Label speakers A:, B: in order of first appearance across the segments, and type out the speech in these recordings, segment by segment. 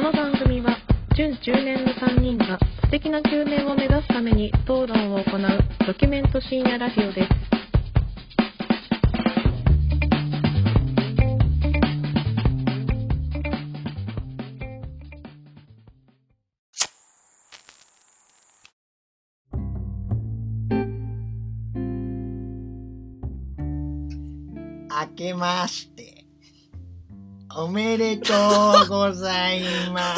A: の番組は準10年の3人が素敵な9年を目指すために討論を行うドキュメント深夜ラジオです
B: 明けまして、おめでとうございま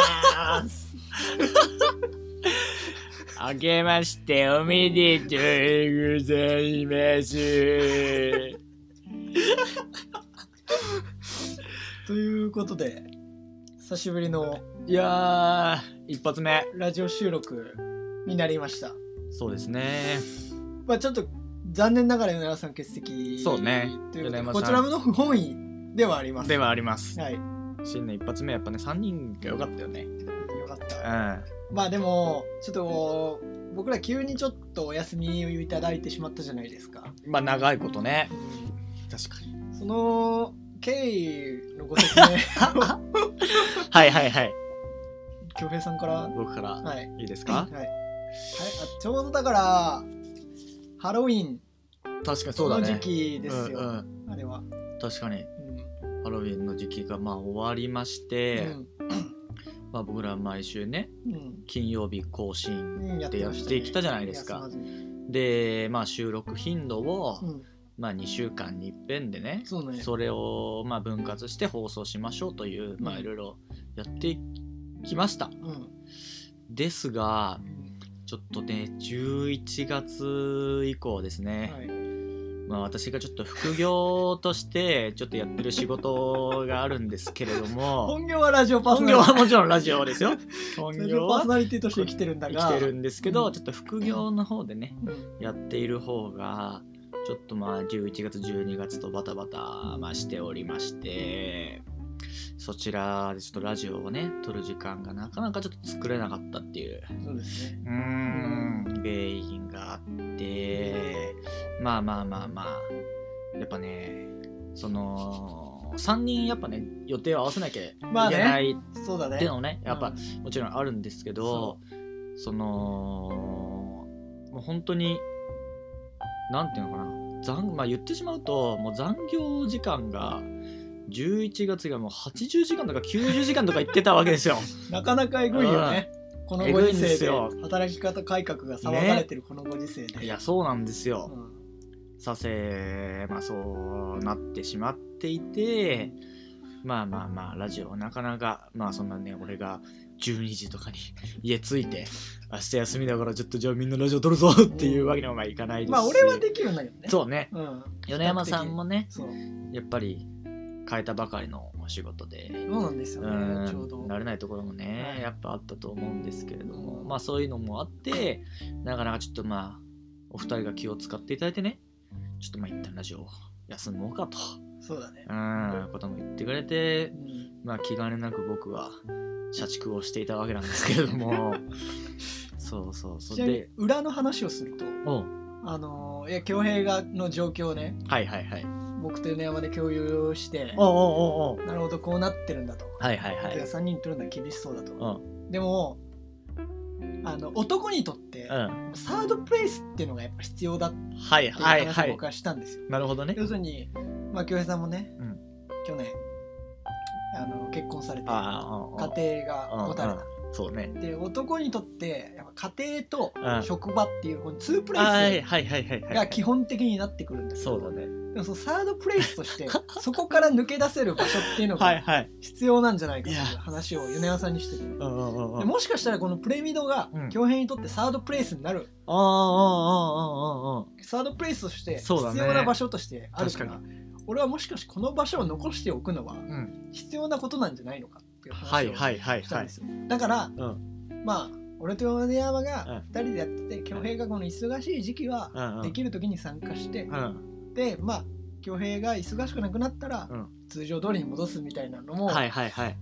B: す。
C: あけましておめでとうございます。
B: ということで、久しぶりの
C: いやー、一発目。
B: ラジオ収録になりました。
C: そうですね。
B: まあちょっと残念ながら米田さん欠席
C: そうね
B: ということで
C: 米山さん
B: こちらの不本意ではあります。
C: ではあります。
B: はい、よ
C: 新年一発目、やっぱね、3人が良かったよね。うん。
B: かった。まあでも、ちょっと僕ら急にちょっとお休みをいただいてしまったじゃないですか。
C: まあ、長いことね。確かに。
B: その経緯のご説明を
C: はいはいはい。
B: 京平さんから
C: 僕から、
B: はい。
C: いいですか
B: はい。はい、あちょうどだから、ハロウィン
C: 確かにそうだ
B: の時
C: ね。
B: 期ですよ、
C: うんうん。
B: あれは。
C: 確かに、
B: うん
C: ハロウィンの時期がまあ終わりまして、まあ僕ら毎週ね、
B: うん
C: 金曜日更
B: う
C: 新
B: んうん
C: でやってきたじゃないですか
B: やってましたね
C: で、まあ収録頻度を、
B: 休まずに
C: まあ、2週間に一遍でね
B: うん、そうね。
C: それをまあ分割して放送しましょうという、ま
B: う
C: あ、
B: ん
C: いろいろやってきました
B: うん
C: ですが
B: うん
C: ちょっとね11月以降ですね、
B: はい
C: まあ、私がちょっと副業としてちょっとやってる仕事があるんですけれども
B: 本業はラジオパーソ
C: 本
B: ナリ
C: 業
B: ティ。
C: はもちろんラジオですよ本
B: ラジオパー
C: 業は
B: ソナリティとして生きてるんだ
C: 生
B: が。
C: きてるんですけど、
B: うん
C: ちょっと副業の方でね
B: うん
C: やっている方がちょっとまあ11月12月とバタバタ、まあ、しておりましてそちらでちょっとラジオをね撮る時間がなかなかちょっと作れなかったっていう
B: そうですね。
C: うーん原因があってまあまあまあまあやっぱねその3人やっぱね予定を合わせなきゃいけ
B: まあね
C: ないっ
B: そうだね。
C: ていうのねやっぱ
B: うん、
C: もちろんあるんですけどそのもう本当になんていうのかな残、まあ、言ってしまうともう残業時間が11月がもう80時間とか90時間とか行ってたわけですよ。
B: なかなかえぐいよね。この
C: え
B: ご
C: ぐい
B: 時
C: んで
B: 世
C: す
B: で
C: よ
B: 働き方改革が騒がれてるこのご時世で。
C: いやそうなんです
B: う
C: よ。
B: ん
C: させまあそうなってしまっていてまあまあまあラジオはなかなかまあそんなね俺が12時とかに家着いて明日休みだからちょっとじゃあみんなラジオ撮るぞっていうわけにもまあいかないですし
B: まあ俺はできるんだけどね。
C: そうね
B: うん。
C: 米山さんもね
B: そう。
C: やっぱり変えたばかりのお仕事で
B: そうなんです
C: う
B: よ
C: ん
B: ね。ちょうど。
C: 慣れないところもね、
B: はい
C: やっぱあったと思うんですけれども、
B: うん
C: まあそういうのもあってなかなかちょっとまあお二人が気を使っていただいてねちょっとまあ一旦ラジオを休もうかと
B: そうだね。
C: うんことも言ってくれて
B: うん
C: まあ気兼ねなく僕は社畜をしていたわけなんですけれど もそうそうそ
B: ちなみに
C: れで
B: 裏の話をすると、
C: おう
B: あのーいや恭平がの状況をね、
C: はいはいはい
B: 僕と米山で共有をして、
C: おうおうおうおう
B: なるほどこうなってるんだと。
C: はいはいは
B: で
C: い
B: 3人取るのは厳しそうだ
C: う
B: と。
C: ん
B: でもあの男にとって
C: うん
B: サードプレイスっていうのがやっぱ必要だっていう
C: はいはい
B: 話
C: は
B: を
C: い
B: 僕はしたんですよ。
C: なるほどね
B: 要するにまあ恭平さんもね、
C: うん
B: 去年あの結婚されて
C: ああうんうん
B: 家庭が持たれた。
C: そうね
B: で男にとってやっぱ家庭
C: う
B: と
C: ん
B: 職場っていうこの2プレイス
C: はいはいはいはいはい
B: が基本的になってくるんです
C: そうだね
B: でもそのサードプレイスとして そこから抜け出せる場所っていうのが
C: はい
B: 必要なんじゃないかという
C: いや
B: 話を米山さんにしてて、
C: うんうんうんうん
B: でもしかしたらこのプレミドが
C: うん
B: 恭平にとってサードプレイスになる、
C: ああああああああ
B: サードプレイスとして必
C: そうだね
B: 要な場所としてあるから
C: 確か
B: 俺はもしかしてこの場所を残しておくのは
C: あうん
B: 必要なことなんじゃないのかっていう
C: は
B: 話
C: い
B: を
C: はいはい
B: した
C: は
B: ん
C: い
B: ですよ、だから
C: うん
B: まあ俺と米山が
C: う
B: 2人でやってて恭平がこの忙しい時期は
C: うんうん
B: できる時に参加して、
C: うん
B: でまあ恭平が忙しくなくなったら、
C: うん
B: 通常通りに戻すみたいなのも、
C: はいはいはい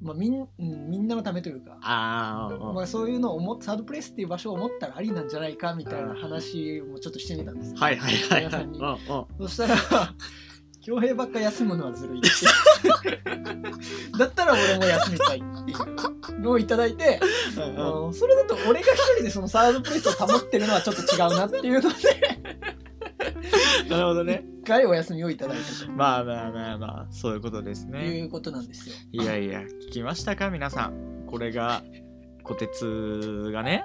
B: まあ、みんうんみんなのためというか、
C: ああうんうん
B: まあ、そういうのを思っサードプレイスっていう場所を思ったらありなんじゃないかみたいな話もちょっとしてみたんですよ
C: はいはいはい
B: 皆
C: は
B: さ
C: い
B: んに
C: うんうん
B: そしたら 恭平ばっか休むのはずるいだったら俺も休みたいっていうのをいただいて、
C: うん
B: うんそれだと俺が一人でそのサードプレスを保ってるのはちょっと違うなっていうので
C: なるほどね。
B: 一回お休みをいただいた
C: まあまあまあまあ、そういうことです
B: と
C: ね。
B: いうことなんですよ。
C: いやいや、聞きましたか、皆さん。これが、こてつがね、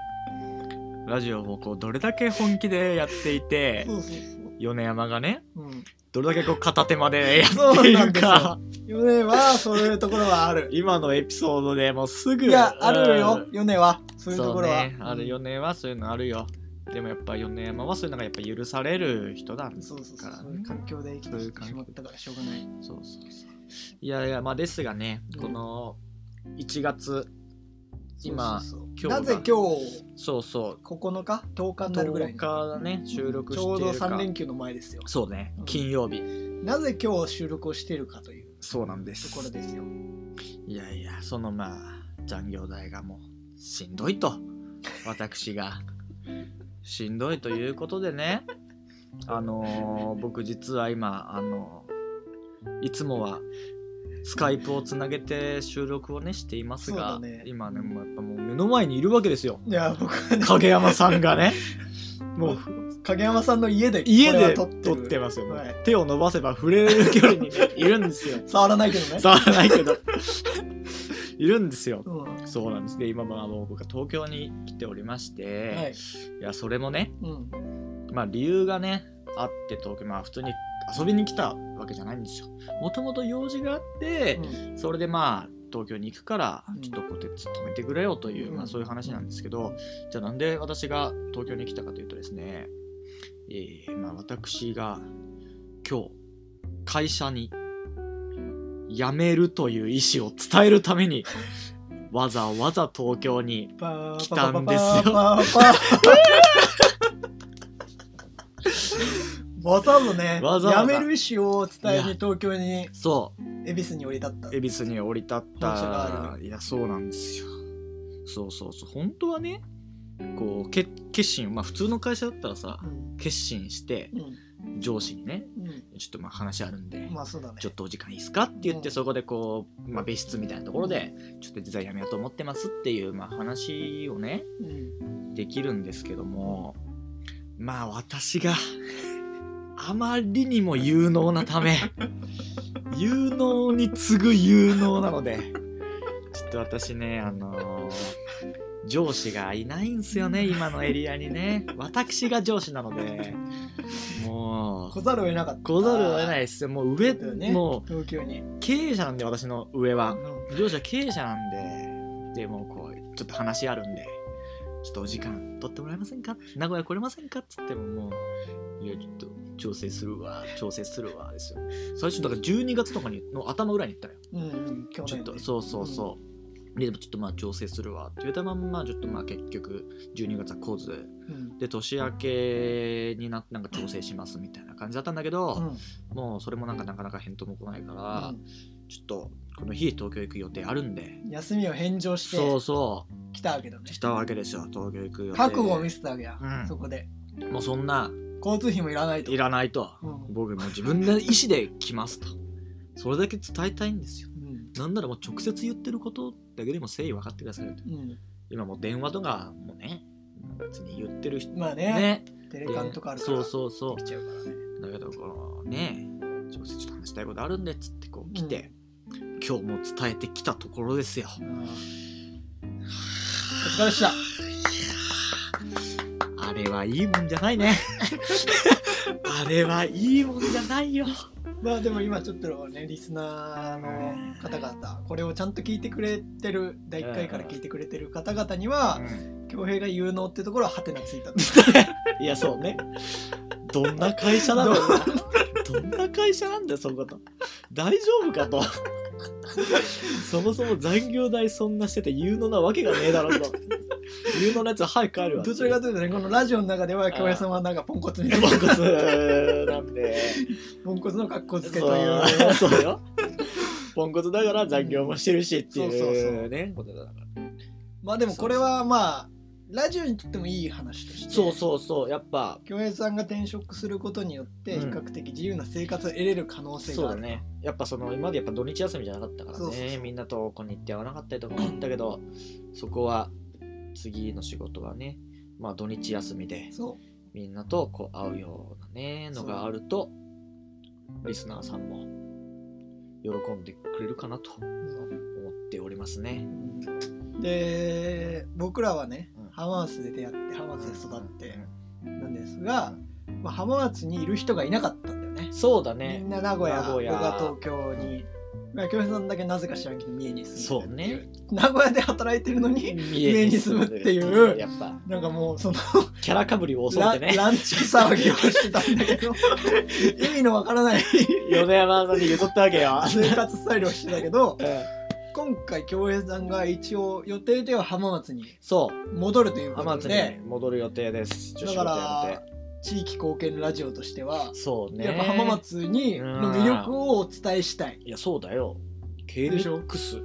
C: ラジオをこう、どれだけ本気でやっていて、
B: そうそうそ
C: 米山がね、
B: う。うん。
C: どれだけこう、片手間でやってい
B: そうなん
C: る
B: ですよ
C: か、
B: 米はそういうところはある。
C: 今のエピソードでもうすぐ。
B: いや、ある
C: うん
B: よ、米は。そういうと
C: そ
B: こ
C: う
B: ろは。
C: ね、ある米はそういうのあるよでもやっぱ米山はそういうのがやっぱ許される人だ
B: うんそうそうそう。
C: から
B: そういう環境で生きてきてしまったからしょうがない。
C: そうそうそういやいやまあですがね
B: うん
C: この1月今
B: そうそうそう
C: 今
B: な
C: 日が
B: ぜ今日
C: そうそう
B: 9日 ?10 日になるぐらい
C: 10
B: の
C: 日だね収録してる
B: ち
C: か
B: ょうど3連休の前ですよ
C: そうね
B: うん
C: 金曜日
B: なぜ今日収録をしているかという
C: そうなんで
B: ところですよ
C: いやいやそのまあ残業代がもうしんどい と私がしんどいということでねあのー僕実は今あのーいつもはスカイプをつなげて収録をねしています
B: そ
C: が、
B: うだね
C: 今ねもうやっぱもう目の前にいるわけですよ
B: いや僕はね
C: 影山さん がねもう
B: 影山さんの家で
C: 家で
B: こ
C: 撮
B: れは撮っ
C: って
B: る
C: てますよ、もう
B: はい
C: 手を伸ばせば触れる距離にね、いるんで すよ
B: 触らないけどね
C: 触らないけどいるんですよ
B: うんは
C: そうなんですね今まあもう僕が東京に来ておりまして、い、
B: い
C: やそれもね
B: うん
C: まあ理由がねあって東京まあ普通に遊びに来たわけじゃないんですよもともと用事があって、それでまあ東京に行くから
B: うん
C: ちょっとこてつ止めてくれよという、
B: うん
C: まあそういう話なんですけどじゃあなんで私が東京に来たかというとですねえーまあ私が今日会社に辞めるという意思を伝えるため にわざわざ東京に
B: パー
C: 来たんですよ
B: パーパーパーパー わざわざね
C: わざわざ
B: やめる意思を伝えに東京に
C: そう
B: 恵比寿に降り立った
C: 恵比寿に降り立っ
B: 本社が
C: た
B: あ
C: いやそうなんですよそうそうそう本当はねこう決決心まあ普通の会社だったらさ
B: うん
C: 決心して
B: う
C: 上司にね
B: ん
C: ちょっとまあ話あるんで、
B: うんまあそうだね
C: ちょっとお時間いいですかって言って
B: うん
C: そこでこう、まあ、別室みたいなところでちょっと実はやめようと思ってますっていう、まあ、話をね
B: うん
C: できるんですけどもまあ私が あまりにも有能な ため有能に次ぐ有能なのでちょっと私ねあのー上司がいないんすよね今のエリアにね私が上司なのでも
B: 来
C: う
B: ざるを得なかった
C: 来ざるを得ないですよもう上、
B: だよね
C: もう
B: 東京に
C: 経営者なんで私の上は
B: うん
C: 上司は経営者なんででもうこうちょっと話あるんでちょっとお時間取ってもらえませんか名古屋来れませんかっつってももういやちょっと調整するわ調整するわですよ最初だから12月とかにの頭ぐらいに行ったのよ
B: うんうん去
C: ちょっ
B: 年ね
C: とそうそうそうででもちょっとまあ調整するわって言ったまんまちょっとまあ結局12月は来ず
B: うん
C: で年明けになってなんか調整しますみたいな感じだったんだけ
B: う
C: ど、
B: ん
C: もうそれもなんかなかなか返答も来ないから、ちょっとこの日東京行く予定あるんで
B: うん休みを返上して
C: そうそ
B: 来たわけだね
C: うしたわけですよ東京行く予定
B: 覚悟を見せたわけや、
C: うん
B: そこで
C: もうそんな
B: 交通費もいらないと
C: いらないと
B: うんうん
C: 僕もう自分の意思で来ますとそれだけ伝えたいんですよなんならもう直接言ってることだけでも誠意分かってくださいよと
B: うん
C: 今もう電話とかもうね別に言ってる人
B: まあね
C: ね
B: テレカンとかあるから
C: そうそうそう
B: 来ちゃうからね
C: だけどこのね直接ちょっと話したいことあるんでっつってこう来て、今日も伝えてきたところですよ
B: うんお疲れっした
C: あれはいいもんじゃないね。 あれはいいもんじゃないよ。
B: まあでも今ちょっとねリスナーの方々これをちゃんと聞いてくれてる第1回から聞いてくれてる方々には恭平が有能ってところはハテナ ついたと
C: いや、そうね。どんな会社なんだよどんな会社なんだよ、そこと。大丈夫かと。そもそも残業代そんなしてて有能なわけがねえだろと。有能なやつは早く帰るわ。
B: どちらかというとね、このラジオの中では、京平さんはなんかポンコツみたいな
C: ポ、ンコツなんで。
B: ポンコツの格好つけという。
C: そうそうよ。ポンコツだから残業もしてるしっていうね。
B: そうそうそ
C: ことだから
B: まあでもこれはまあ、ラジオにとってもいい話として
C: そうそうそうやっぱ
B: 京平さんが転職することによって
C: うん
B: 比較的自由な生活を得れる可能性
C: そう
B: があ
C: だ
B: る、
C: ねやっぱその今までやっぱ土日休みじゃなかったからね
B: そうそうそう
C: みんなとここに行って会わなかったりとかもあったけどそこは次の仕事がねまあ土日休みで
B: そ
C: みんなとこう会うようなねのがあるとリスナーさんも喜んでくれるかなと思
B: う
C: っておりますね
B: で僕らはね
C: うん
B: 浜松で出会って浜松で育ってなんですが、まあ、浜松にいる人がいなかったんだよね
C: そうだ
B: み
C: ね
B: んな名古屋
C: 名古屋
B: 僕が東京にまあ京平さんだけなぜか知らんけど三重に住んでるってい名古屋で働いてるのに
C: 家
B: 家に住むっていう
C: やっぱ
B: なんかもうその
C: キャラかぶりを恐れ
B: ラ
C: てね
B: ランチ騒ぎをしてたんだ けど意味のわからない
C: 米山さんに譲ったわけよ、
B: 生活スタイルをしてたけど
C: うん
B: 今回京平さんが一応予定では浜松に
C: そう
B: 戻るというこ
C: 浜
B: と
C: 松
B: で
C: に戻る予定です。
B: だ
C: 女子
B: か
C: 校やめ
B: ら地域貢献ラジオとしては
C: て。、そうね。
B: やっぱ浜松にの魅力をお伝えしたい
C: いや、そうだよ。K ミ
B: でしょ
C: ックス。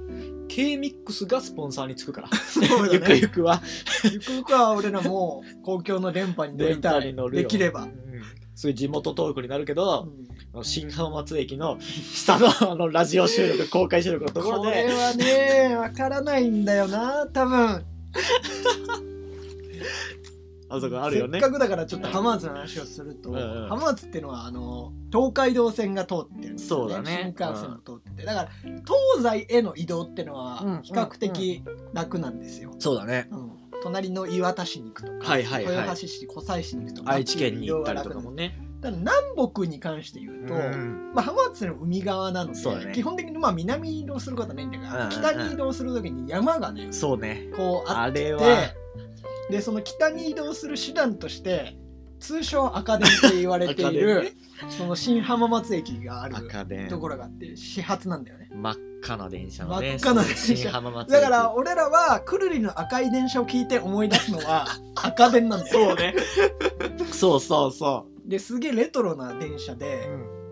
C: K ミックスがスポンサーにつくから。
B: そうだ
C: ゆく
B: ね
C: ゆくは。
B: ゆくゆくは俺らも公共の電波に乗りた
C: 電波
B: い
C: に乗るよ
B: できれ
C: う
B: ば、
C: んそういう地元トークになるけ
B: う
C: ど、
B: ん
C: 新浜松駅の下のあのラジオ収録、公開収録のところ
B: これ
C: で、
B: はねわからないんだよな多分
C: あそこあるよ
B: せ
C: ね
B: っ。かくだからちょっと浜松の話をすると、
C: うんうん
B: 浜松っていうのはあの東海道線が通ってるんですよ
C: そうだね
B: 新幹線も通ってて、だから東西への移動っての
C: うん
B: は比較的楽なんですよ、
C: そうだね。
B: うん隣の磐田市に行くとか、
C: はいはいはい
B: 豊橋市湖西市に行くとか
C: 愛知県に行ったりとかもね。
B: ただ南北に関して言うと、
C: うん
B: まあ、浜松の海側なので、
C: そうだね
B: 基本的にまあ南に移動することはないんだが、
C: うんうんうん
B: 北に移動する時に山がね
C: そうね。
B: こうあ
C: あ
B: って
C: れは。
B: でその北に移動する手段として通称赤電って言われ てい
C: 赤
B: る
C: 電
B: その新浜松駅がある
C: 赤電。
B: ところがあって始発なんだよね
C: 真っ赤な電車のね。
B: 真っ赤な電車
C: 新浜松駅。
B: だから俺らはくるりの赤い電車を聞いて思い出すの は赤電なんだよ
C: そうね。そうそうそ
B: ですげえレトロな電車
C: う。
B: で、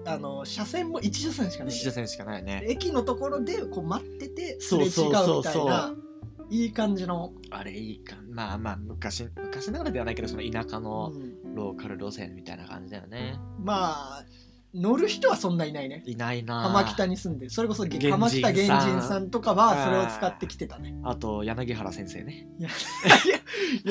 B: あの車線も1車線しかない
C: 石田選しかないね。
B: 駅のところでこう待っててす
C: そ
B: れ違う
C: う
B: みた
C: そ
B: いうな
C: そうそう
B: いい感じの、
C: あれいいか。まあまあ、昔、昔ながらではないけど、その田舎の
B: うん
C: ローカル路線みたいな感じだよね。
B: まあ乗る人はそんないないね
C: いないな。
B: 浜北に住んでそれこそ
C: 原人さん
B: 浜北源人さんとかはそれを使ってきてたね
C: あと、柳原先生ね。
B: いやいや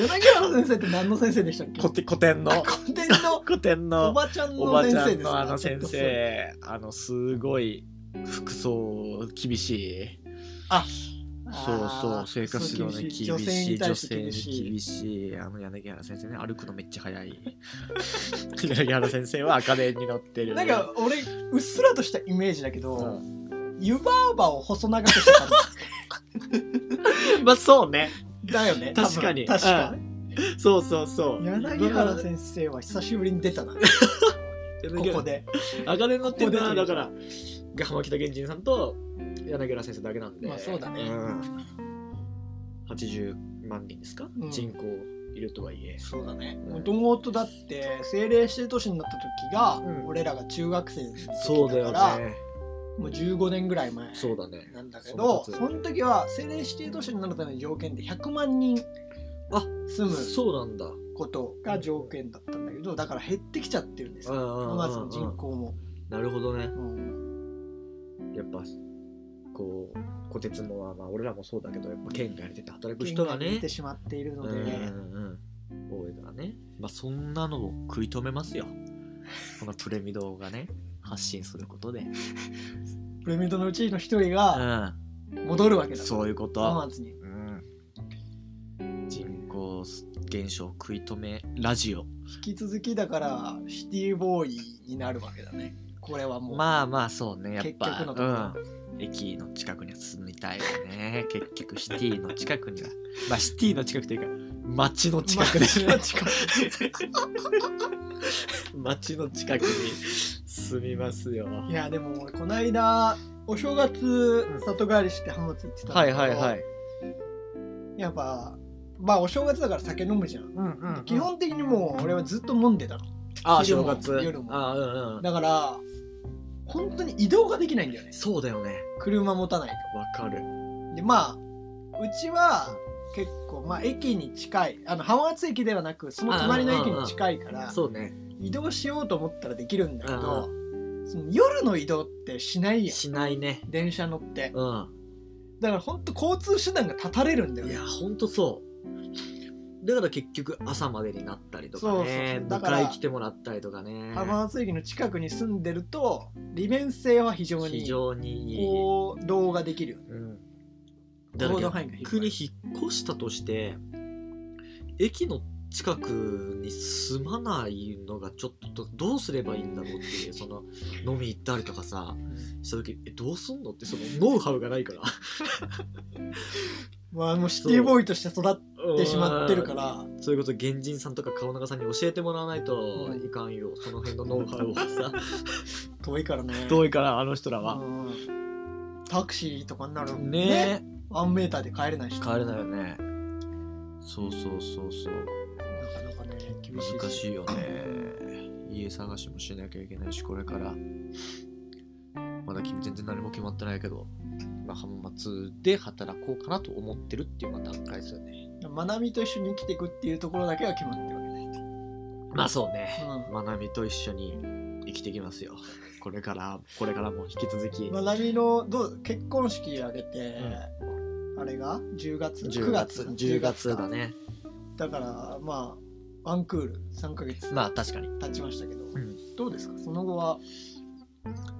B: 柳原先生って何の先生でしたっけ
C: こて古典の。
B: 古典の
C: 古典
B: お
C: の。
B: ばちゃん
C: お
B: の
C: ば
B: 先
C: ちゃ
B: 生で
C: ん
B: す
C: の
B: か
C: あの先生。あの、すごい。服装厳しい。そうそう、生活指導ね、厳しい。女
B: 女
C: 性
B: 性
C: に
B: に厳しい
C: 厳しい。あの、柳原先生ね、歩くのめっちゃ早い。 柳原先生は赤電に乗ってる。
B: なんか俺うっすらとしたイメージだけ
C: う
B: ど
C: ん、
B: 湯婆婆を細長くして たん
C: まあそうね。
B: だよね多分
C: 確かに
B: 確か
C: そうそうそう。
B: 柳原先生は久しぶりに出たなこ
C: こ
B: こ
C: こで。
B: で
C: 赤電乗ってるのは、
B: ここで
C: だから、浜北源人さんと柳原先生だけなんで。
B: まあそうだね
C: ん80万人ですか、
B: うん
C: 人口いるとはいえ。
B: そうだね
C: うん
B: もともとだって政令指定都市になった時が、
C: うん
B: 俺らが中学生の
C: そうだ
B: 時だから
C: よね。
B: もう15年ぐらい前
C: そうだね。
B: なんだけど
C: そ
B: そ
C: の
B: の時は政令指定都市になるための条件で100万人
C: あ
B: 住む
C: そうなんだ。
B: ことが条件だったんだけどだから減ってきちゃってるんですよ
C: 浜
B: 浜松の人口も、
C: なるほどね。
B: うん
C: やっぱこう小鉄もはまあ俺らもそうだけどやっぱ県外に出て働く人が
B: 県外に
C: ね
B: 出てしまっている
C: う
B: の
C: んう
B: で、
C: んうん多いからねまあそんなのを食い止めますよこのプレミ動画ね発信すること で、
B: プレミドのうちの一人
C: う
B: が
C: ん、
B: 戻るわけだ、
C: そういうこ
B: 浜
C: と、
B: 松に
C: うん、人口減少食い止めラジオ
B: 引き続きだからシティボーイになるわけだねこれはもう、
C: まあまあそうねやっ
B: 結局のとこ
C: ぱ、うん、駅の近くには住みたいよ ね結局シティの近くにはまあシティの近くというか街の近くですね
B: 街 の近
C: 街の近くに住みますよ
B: いやでも俺この間お正月里帰りして浜松行ってたんだけど、
C: い、
B: やっぱまあお正月だから酒飲むじゃん
C: うんうん
B: 基本的にもう俺はずっと飲んでたの
C: ああ
B: 昼
C: 正
B: も
C: 月
B: 夜も
C: ああうんうん
B: だから本当に移動ができないんだよね
C: そうだよね
B: 車持たない
C: わかる
B: とでまあうちは結構まあ駅に近いあの浜松駅ではなくその隣の駅に近いから
C: そうね
B: 移動しようと思ったらできるんだけ
C: ああ
B: どその夜の移動ってしないや
C: しないね
B: ん電車乗って
C: うん
B: だから本当交通手段が断たれるんだよ
C: い
B: ね
C: やほんとそうだから結局朝までになったりとかね
B: そうそうそうだから
C: 迎え来てもらったりとかね
B: 浜松駅の近くに住んでると利便性は非常
C: 非
B: に
C: 常にいい
B: 行動ができるよね
C: うんだか
B: 行動
C: ら
B: 範囲が広
C: 逆
B: い
C: に引っ越したとして駅の近くに住まないのがちょっとどうすればいいんだろうっていうその飲み行ったりとかさした時えどうすんのってそのノウハウがないから
B: まあもうシティボーイとして育ってしまってるか
C: う
B: ら
C: んそれこそ原人さんとか顔長さんに教えてもらわないと
B: うん
C: いかんよその辺のノウハウを さ
B: 遠いからね
C: 遠いからあの人らは
B: うんタクシーとかになるもん
C: ねえ
B: ワンメーターで帰れないし
C: 帰れないよねそうそうそうそう
B: なかなかね厳しい
C: 難しいよね家探しもしなきゃいけないしこれからまだ君全然何も決まってないけど今浜松で働こうかなと思ってるっていうまあ段階ですよね
B: まなみと一緒に生きていくっていうところだけは決まってるわけね
C: まあそうね
B: う
C: まなみと一緒に生きていきますよこれからこれからも引き続き
B: んまなみのどう結婚式あげて、あれが10月
C: 10
B: 9
C: 月
B: 月
C: 10月だ
B: ね
C: ね
B: だからまあワンクール3ヶ月
C: まあ確かに
B: 経ちましたけど、
C: ん
B: どうですかその後は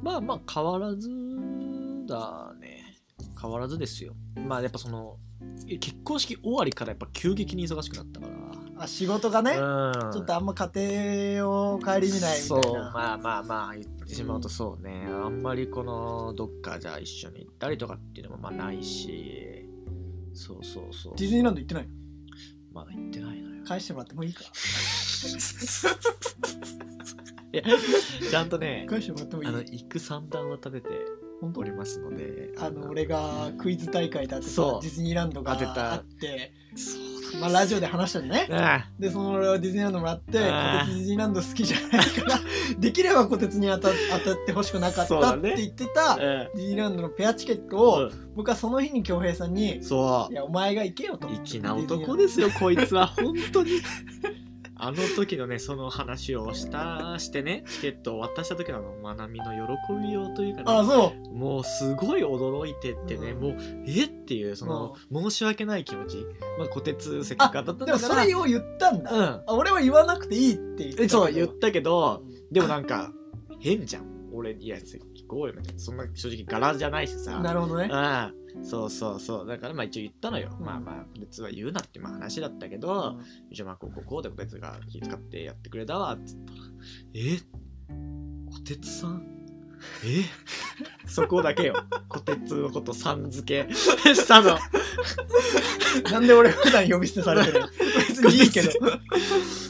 C: まあまあ変わらずだね変わらずですよまあやっぱその結婚式終わりからやっぱ急激に忙しくなったから
B: あ仕事がね、
C: うん、
B: ちょっとあんま家庭を顧みないみたい
C: そう
B: な
C: まあまあまあ言ってしまうとそうね、あんまりこのどっかじゃあ一緒に行ったりとかっていうのもまあないしそうそうそう
B: ディズニーランド行ってない
C: まだ行ってないのよ
B: 返してもらってもいいか
C: いやちゃんとね
B: 返してもらってもい
C: あの
B: い
C: 行く三段は立てて
B: 本
C: お
B: 当
C: りますので
B: あの俺がクイズ大会だってたデ
C: そう
B: ィズニーランドが
C: 当てた
B: あって、
C: そう
B: まあ、ラジオで話したんだね
C: だね
B: でその俺はディズニーランドもらってこてつデ
C: あー
B: ィズニーランド好きじゃないから できればこてつに当た当たってほしくなかっ
C: そう
B: た
C: だ
B: っ
C: ね
B: て言ってた、
C: うん
B: ディズニーランドのペアチケットを、
C: うん
B: 僕はその日に恭平さんに
C: そ
B: いやお前が行けよと
C: う粋な男ですよこいつは本当にあの時のねその話をしたしてねチケットを渡した時のあのまなみの喜びようというかね
B: あそ
C: もうすごい驚いてってね、
B: うん
C: もうえっていうその、申し訳ない気持ちまあ虎鉄せっかくだったん
B: うでも
C: だか
B: そ
C: ら
B: れを言ったんだ、
C: うん
B: あ俺は言わなくていいって言ってたけ
C: え
B: ど
C: そう言ったけ
B: うん
C: どでもなんか変じゃん俺いや行こうよみたいなそんな正直柄じゃないしさ
B: なるほどね
C: ああそうそうそうだからまあ一応言ったのよ、
B: うん
C: まあまあ虎鉄は言うなってまあ話だったけど、一応まあこうこうこうで虎鉄が気遣ってやってくれたわっつったらえ虎鉄さんえそこだけよ虎鉄のことさん付けしたの
B: なんで俺普段呼び捨てされてるの 別にいいけど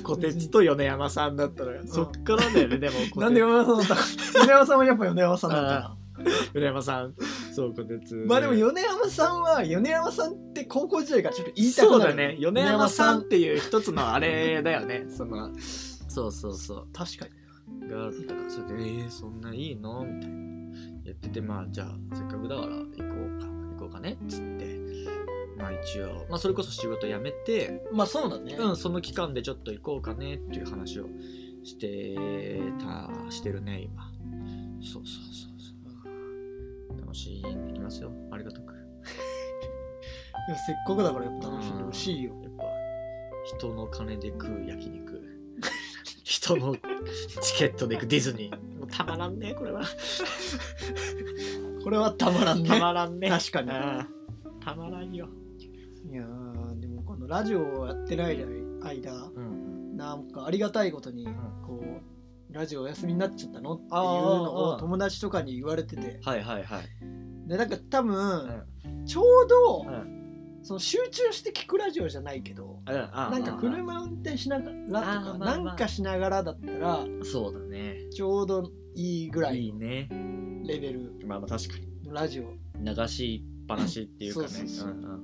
C: 虎鉄と米山さんだったのよ、
B: ん
C: そっからだよねでも虎鉄
B: なんで米山さんだったの米山さんはやっぱ米山さんなんだな
C: 米山さんそう虎鉄
B: まあでも
C: 言
B: 米山さんは米山さんって高校時代からちょっと言いた
C: そ
B: く
C: う
B: なる
C: だね米山さんっていう一つのあれだよ ねそのそうそうそう
B: 確かに
C: があったからそれで「えー、そんないいの?」みたいなやっててまあじゃあせっかくだから行こうか行こうかねっつってまあ一応まあそれこそ仕事辞めて、
B: まあそうだね、
C: うん、その期間でちょっと行こうかねっていう話をしてたしてるね今そうそうそうそう楽しいできますよありがたく
B: でもせっかくだからやっぱ楽しんでほしいよ
C: やっぱ人の金で食う焼肉人のチケットで行くディズニーもうたまらんねこれは
B: これはたまらんね
C: たまらんね
B: 確かに
C: うんたまらんよ
B: いやーでもこのラジオをやってない間
C: うん
B: なんかありがたいことに
C: ん
B: こうラジオお休みになっちゃったのっていう
C: あー
B: の
C: あ
B: を
C: ー
B: 友達とかに言われてて
C: はいはいはい
B: でなんか多
C: う
B: 分
C: ん
B: ちょうど
C: うん
B: その集中して聞くラジオじゃないけど
C: な
B: なんか車運転しながらと
C: あ
B: か
C: ーまあまあ
B: なんかしながらだったら
C: そうだね
B: ちょうどいいぐら
C: い
B: い
C: いね
B: のレベル
C: まあまあ確かに
B: のラジオっ
C: 流しっぱなしっていうかね
B: そうそうそうん
C: ん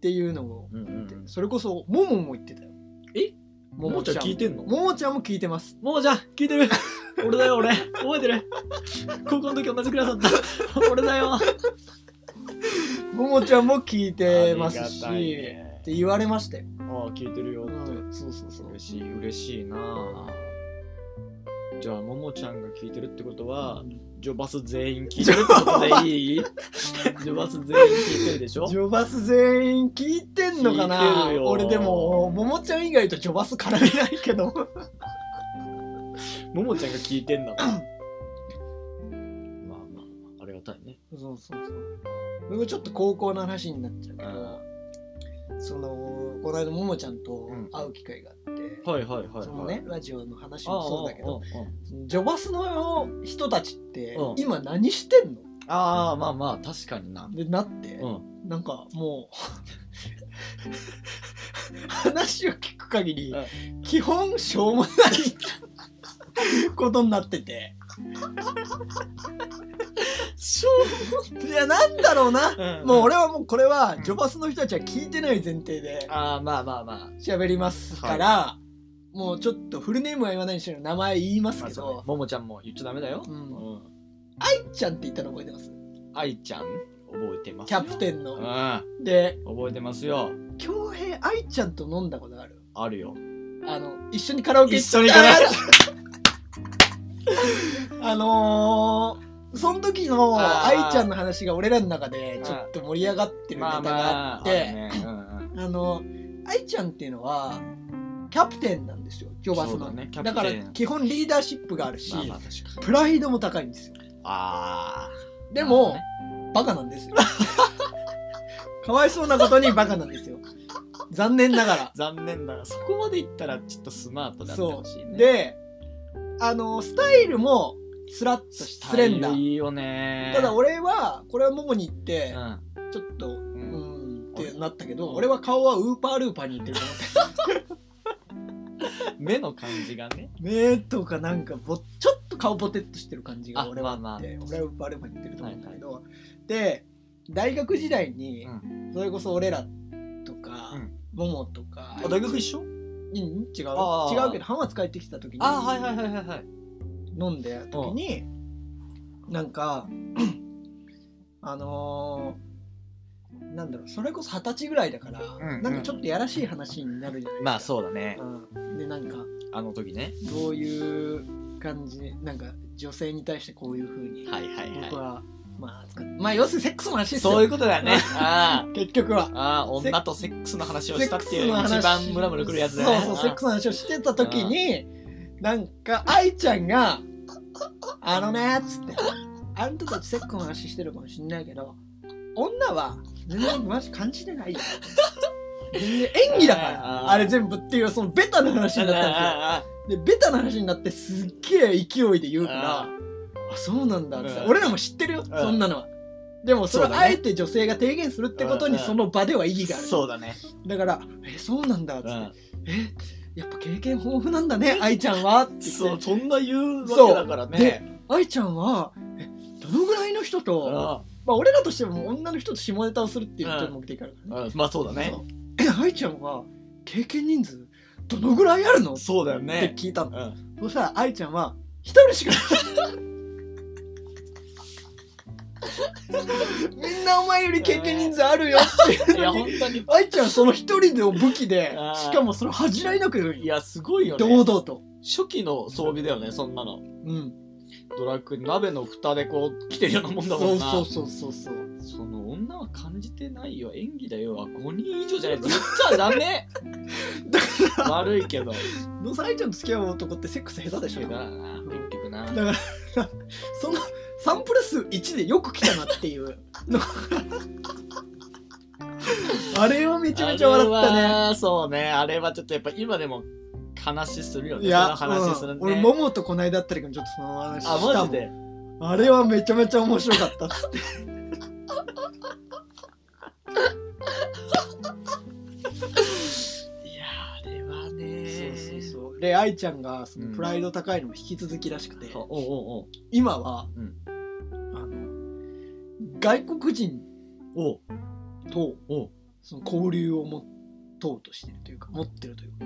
B: ていうのを
C: うんうんうん
B: それこそももも言ってたよ
C: えももちゃん聞いてんの
B: ももちゃんも聞いてます
C: もうじゃん聞いてる俺だよ俺覚えてる高校の時同じクラスだった俺だよ
B: ももちゃんも聞いてますし
C: ありがたいね
B: って言われましたよ、
C: ああ聞いてるよって、
B: そうそうそう
C: 嬉しい嬉しいなあじゃあももちゃんが聞いてるってことはジョバス全員聞いてるってこと でいいジョバス全員聞いてるでしょ
B: ジョバス全員聞いてんのか
C: 聞いて
B: な
C: るよ
B: 俺でもももちゃん以外とジョバス絡めないけど
C: ももちゃんが聞いてんだからまあまあまあありがたいね
B: そうそうそう僕ちょっと高校の話になっちゃうけどそのこの間ももちゃんと会う機会があって、
C: はいはいはいはい
B: そのねラジオの話
C: ああ
B: もそうだけど
C: ああああ
B: ジョバスの人たちって
C: うん
B: 今何してんの
C: ああまあまあ確かにな
B: でなって、
C: うん
B: なんかもう話を聞く限り、基本しょうもないことになっててしょうもいやなんだろうな、もう俺はもうこれは
C: うん
B: ジョバスの人たちは聞いてない前提で
C: ああまあまあまあ
B: 喋りますから、もうちょっとフルネームは言わないにしろ名前言います
C: まあ
B: けど、
C: そうねももちゃんも言っちゃダメだよ
B: う
C: うんん
B: ちゃんって言ったの覚えてます
C: 愛ちゃん覚えてます
B: キャプテ
C: ン
B: ン
C: う
B: の。
C: ん
B: で、
C: 覚えてますよ
B: 恭平愛ちゃんと飲んだことある
C: あるよ
B: あの、一緒にカラオケ
C: 一緒にカラオケ
B: ああのー、その時の
C: あー
B: 愛ちゃんの話が俺らの中でちょっと盛り上がってるネタがあって、あ
C: ねうんうん
B: の、愛ちゃんっていうのは、キャプテンなんですよ、ジョバス
C: そう
B: の。
C: だねキャプテ
B: だ
C: ン
B: から基本リーダーシップがあるし、
C: まあまあ確かに
B: プライドも高いんですよ。
C: あ
B: で
C: なるほど
B: も
C: ね、
B: バカなんです よ。かわいそうなことにバカなんですよ。残念ながら
C: あ。残念だがそこまでいったらちょっとスマートであって
B: そ。
C: ほしいうね
B: で、あの、スタイルも、スラッとし、スレンダ
C: スタイル
B: ー。
C: いいよね
B: ただ俺は、これはももに行って
C: う、ん
B: ちょっと、う
C: うん
B: ん、ってなったけ
C: う
B: ど、
C: ん
B: 俺は顔はウーパールーパーに似てると思って。
C: 目の感じがね
B: 目とかなんかぼ、ちょっと顔ぼてっとしてる感じが
C: あ
B: 俺はあ
C: まあまあ
B: って、俺はウーパールーパーに似てると思うんだけど、で、大学時代に
C: う、
B: それこそ俺らとか
C: うん、
B: ももとか、
C: 大学一緒
B: うん違う
C: あー
B: 違うけど浜松帰ってきた時に
C: あはいはいはいはいはい
B: 飲んで時になんか あのーなんだろうそれこそ二十歳ぐらいだから、
C: ん
B: なんかちょっとやらしい話になるじゃないですか、
C: まあそうだね
B: うんでなんか
C: あの時ね
B: どういう感じなんか女性に対してこういうふうに
C: はいはい
B: 僕
C: は
B: は、まあ扱っまあ要するにセックスの話
C: い
B: ですよ
C: そういうことだよねあ
B: 結局は
C: あああ女とセックスの話をしたっていう一番ムラムラくるやつだよね
B: そうそうセックスの話をしてた時になんか愛ちゃんが「あのね」っつって「あんたたちセックスの話してるかもしんないけど女は全然マジ感じてないよ」全然演技だか
C: あー
B: らあれ全部っていうそのベタな話になったん
C: あ
B: ですよでベタな話になってすっげえ勢いで言うから
C: あ
B: 「あそうなんだ」っつって
C: うん
B: 俺らも知ってるよ
C: ん
B: そんなのはでもそれ
C: そう
B: を
C: だね
B: あえて女性が提言するってことに
C: うん
B: その場では意義がある
C: そうだね
B: だから「えそうなんだ」っつっ
C: う
B: て
C: ん
B: えやっぱ経験豊富なんだね愛ちゃんはって言
C: そ
B: っ
C: う
B: て
C: そんな言うわけだからね
B: 愛ちゃんはえどのぐらいの人
C: う
B: と
C: ん
B: まあ俺らとしても女の人と下ネタをするっていうのが目的あるからね
C: うんまあそうだね
B: そうえ愛ちゃんは経験人数どのぐらいあるのっ
C: そうだよ
B: て
C: ね
B: 聞いたの
C: うん
B: そしたら愛ちゃんは一人しか みんなお前より経験人数あ るよっていう
C: い
B: の
C: や
B: に
C: 本当に
B: 愛ちゃんその一人でを武器で
C: あー
B: しかもそれを恥じらいなく言うんよ
C: いやすごいよね
B: 堂々と。
C: 初期の装備だよねそんなの
B: うん
C: ドラッグ鍋の蓋でこう来てるようなもんだもんな
B: そうそうそうそうそう
C: その女は感じてないよ演技だよは5人以上じゃないと言っちゃダメ
B: だ
C: 悪いけど
B: 野沢愛ちゃんと付き合う男ってセックス下手でしょ
C: だからな結局な
B: だからそのサンプル数1でよく来たなって いうのあれはめちゃめちゃ笑った
C: あれ
B: ね
C: はそうねあれはちょっとやっぱ今でも話するよね
B: いや、
C: その話す
B: う
C: る
B: ん
C: ね、
B: 俺ももとこないだあたりからちょっとその話した
C: あ
B: もん
C: マジで
B: あれはめちゃめちゃ面白かったっつって
C: いやあれはね
B: そうで愛ちゃんがそ
C: うん
B: のプライド高いのも引き続きらしくて、
C: おおう
B: 今は、
C: うん
B: あの外国人
C: おう
B: と
C: おうおう
B: その交流を持とうとしてるというか持ってるというか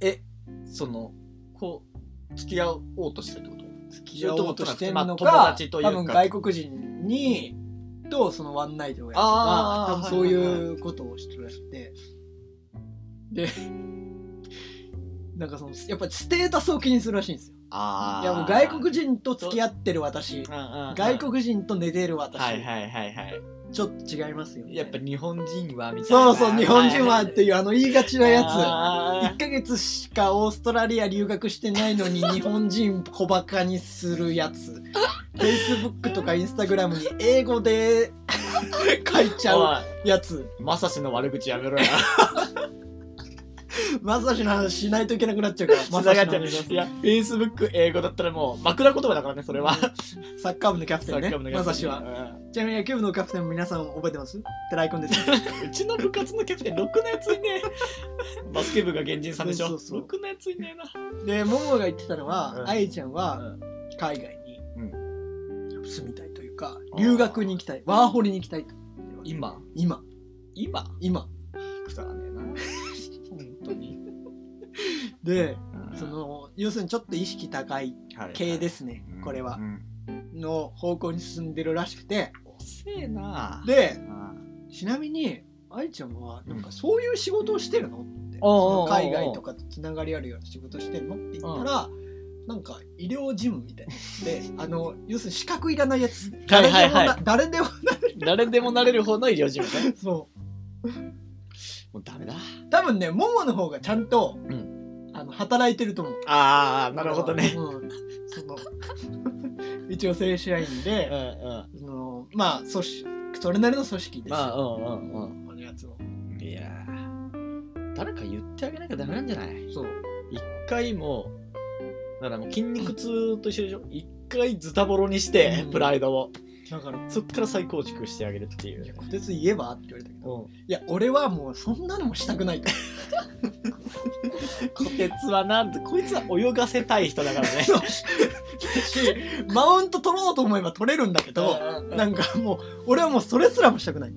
C: えそのこう付き合おうとしてるってこと
B: 付き合おうとしてんのか、
C: まあ友達というか
B: 多分外国人にとそのワンナイトをやると
C: あ
B: か
C: ー
B: 多分そういうことをしてるらしくてでなんかそのやっぱりステータスを気にするらしいんですよ
C: ああ
B: いやもう外国人と付き合ってる私外国人と寝てる私、
C: はいはいはいは
B: ちょっと違いますよ、ね、
C: いやっぱ日本人はみたい
B: そ
C: な
B: うそう日本人はっていうあの言いがちなやつ
C: あ
B: 1ヶ月しかオーストラリア留学してない のに日本人小バカにするやつ Facebook とか Instagram に英語で 書いち
C: ー
B: ゃう
C: おい
B: やつ
C: まさしの悪口やめろや
B: まさしの話しないといけなくなっちゃうから ま
C: つな
B: さ
C: が
B: し
C: っ
B: の
C: ちゃう
B: 話
C: いや Facebook 英語だったらもう枕言葉だからねそれは
B: サッカー部のキャプテン
C: さっき
B: ね
C: も
B: まさしはちなみに野球部のキャプテン皆さん覚えてます寺井君です
C: うんうちの部活のキャプテンろくなやついねえバスケ部が原人さんでしょ
B: そうそうそう
C: ろくなやついねえな
B: でももが言ってたのは、
C: うん
B: 愛ちゃんは
C: うん
B: 海外に住みたいというか、留学に行きたいワーホリに行きたいと
C: 今
B: 今
C: 今
B: 今
C: くだらねえな 本当に
B: でその要するにちょっと意識高い系ですすね、これは、の方向に進んでるらしくて
C: 遅えな
B: で
C: うん
B: ちなみに愛ちゃんはなんかそういう仕事をしてるのって、
C: おうおうおうおう
B: その海外とかとつながりあるような仕事してるのって言ったら、なんか医療事務みたいな であの要するに資格いらないやつ
C: はい
B: 誰
C: はい
B: でも
C: はい
B: な誰でも
C: 誰でもなれる方の医療事務ね
B: そ
C: もうダメだ
B: う多分ねももの方がちゃんと、
C: う
B: あの働いてると思う
C: ああなるほどね
B: うんその 一応正社員
C: うん
B: で、
C: う
B: そのまあ組織それなりの組織で
C: ん
B: す
C: まあ
B: よ、
C: うんうん
B: このやつを
C: うんいやー誰か言ってあげなきゃダメなんじゃない
B: そう
C: 一回もうだからもう筋肉痛と一緒でしょ一回ズタボロにして、
B: うん
C: プライドを
B: だから
C: そっから再構築してあげるってい
B: いや
C: う
B: こてつ言えばって言われたけど
C: こ
B: いや俺はもうそんなのもしたく ないと
C: てつはなんてこいつは泳がせたい人だか らね
B: マウント取ろうと思えば取れるんだけど
C: うんうんうん
B: なんかもう俺はもうそれすらもしたく ない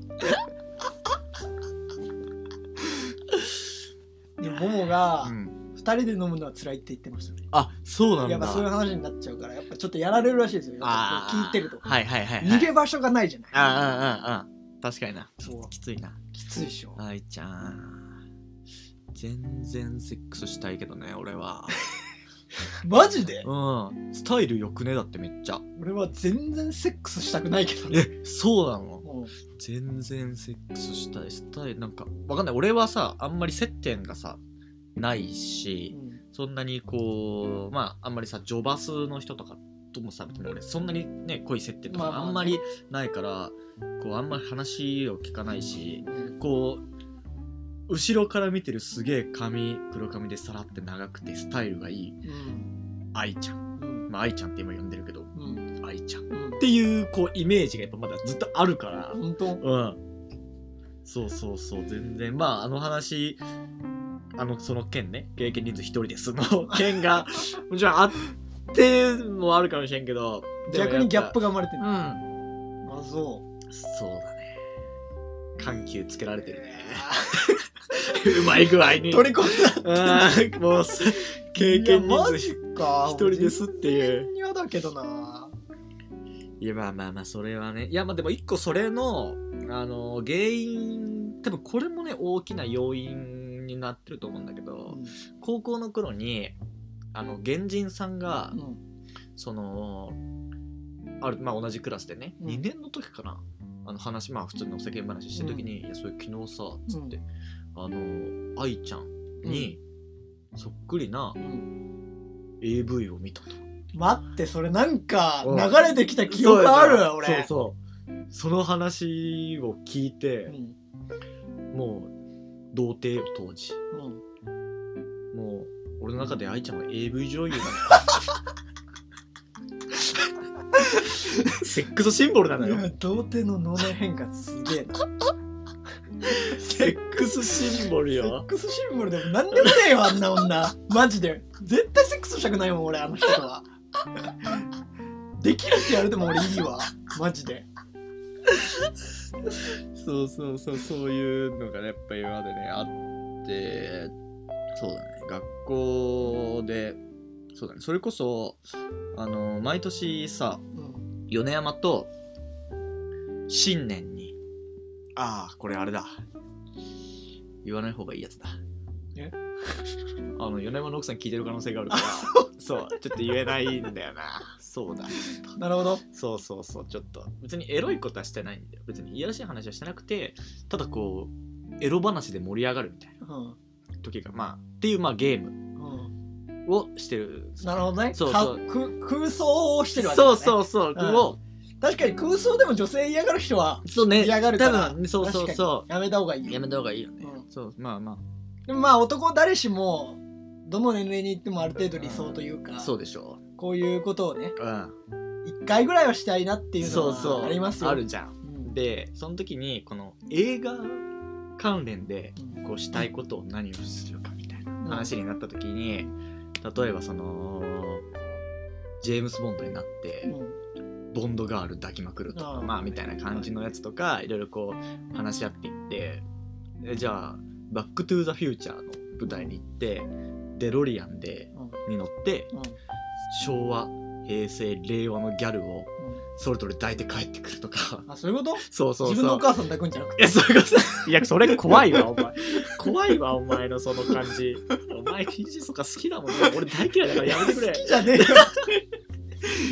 B: でももが
C: うん
B: 2人で飲むのは辛いって言ってましたね
C: あそうなんだ
B: やっぱそういう話になっちゃうからやっぱちょっとやられるらしいですよやっぱこう聞いてると、
C: はいはいはい、は
B: 逃
C: い、
B: げ場所がないじゃない
C: あああああ確かにな
B: そう
C: きついな
B: きついでしょ
C: 愛ちゃん全然セックスしたいけどね俺は
B: マジで
C: うんスタイルよくねだってめっちゃ
B: 俺は全然セックスしたくないけどね
C: えそうなの
B: もう
C: 全然セックスしたいしたいなんかわかんない俺はさあんまり接点がさないしそんなにこうまああんまりさジョバスの人とかともさ別に俺そんなにね濃い接点と
B: まあ
C: か
B: まあね
C: あんまりないからこうあんまり話を聞かないし
B: うん
C: こう後ろから見てるすげえ髪黒髪でさらって長くてスタイルがいい
B: うん
C: 愛ちゃん
B: うん
C: まあ愛ちゃんって今呼んでるけど
B: うん
C: 愛ちゃんっ
B: うん
C: ていうこうイメージがやっぱまだずっとあるから
B: 本当
C: うんそうそうそう全然まああの話あのその件ね経験人数一人ですの件がもちろんあってもあるかもしれんけどでもやっぱ
B: 逆にギャップが生まれてる
C: うん
B: あそ
C: そうだね緩急つけられてるね
B: う
C: うまい具合に
B: 取り込んだ
C: あーもうす経験
B: いや
C: 人
B: マ
C: 数
B: ジ
C: 一
B: か
C: 人ですっていう
B: 嫌だけどない
C: やまあまあまあそれはねいやまあでも一個それのあの原因多分これもね大きな要因になってると思うんだけど高校の頃にあの原人さんが
B: うん
C: そのあるまあ同じクラスでね、
B: うん
C: 2年の時かなあの話まあ普通のお世間話してる時に「いやそれ昨日さ」っつって、あの愛ちゃんにそっくりな
B: うん
C: AV を見たと。
B: 待ってそれなんか
C: うん
B: 流れてきた記憶あるわ俺
C: そうそうその話を聞いて
B: う、ん
C: もう童貞よ当時
B: うん
C: もう俺の中で愛ちゃんは AV 女優なのよ セックスシンボルなの
B: い
C: よ
B: や童貞の脳内変化すげえな
C: セックスシンボル
B: セッ
C: よ
B: クスシンボルでも何でもねえよあんな女マジで絶対セックスしたくないもん俺あの人とはできるってやるでも俺いいわマジで
C: そうそうそうそういうのがねやっぱ今までねあってそうだね学校でそうだねそれこそあの毎年さ
B: うん
C: 米山と新年にああこれあれだ言わない方がいいやつだ
B: え
C: あの米山の奥さん聞いてる可能性があるからそうちょっと言えないんだよなそうだ
B: なるほど
C: そうそうそうちょっと別にエロいことはしてないんだよ別にいやらしい話はしてなくてただこうエロ話で盛り上がるみたいな
B: うん
C: 時がまあっていうまあゲーム
B: うん
C: をしてる
B: なるほどね
C: そうそう
B: かく空想をしてるわけだ、
C: そ
B: ね、
C: うそうそう、
B: うん
C: を
B: 確かに空想でも女性嫌がる人は
C: そうね
B: 嫌がるか
C: 多
B: ら
C: 分そうそうそ
B: やめた方がいうい
C: や
B: よ
C: めた方がいいよね、
B: うん
C: そうまあま
B: でもまあ男誰しもどの年齢に行ってもある程度理想というか、
C: あそうでしょ
B: こういうことをね
C: う、うん、
B: 一回ぐらいはしたいなっていうの
C: そうそう
B: はありますよ
C: あるじゃん
B: うん
C: でその時にこの映画関連で
B: うん
C: こうしたいことを何をするかみたいな
B: うん
C: 話になった時に例えばそのジェームス・ボンドになって
B: う
C: ボンドガール抱きまくるとか
B: あー
C: まあみたいな感じのやつとかいろいろこう話し合っていってえじゃあ「バック・トゥ・ザ・フューチャー」の舞台に行ってデロリアンで
B: んうん
C: に乗って
B: うん
C: 昭和平成令和のギャルをそれぞれ抱いて帰ってくるとか
B: あそういうこと
C: そうそうそう
B: 自分のお母さん抱くんじゃなくて
C: え、それこそ、いや、それ怖いわ、お前。怖いわ、お前のその感じ。お前、TG とか好きだもんね。俺大嫌いだからやめてく
B: 好
C: れ。
B: きじゃねえよ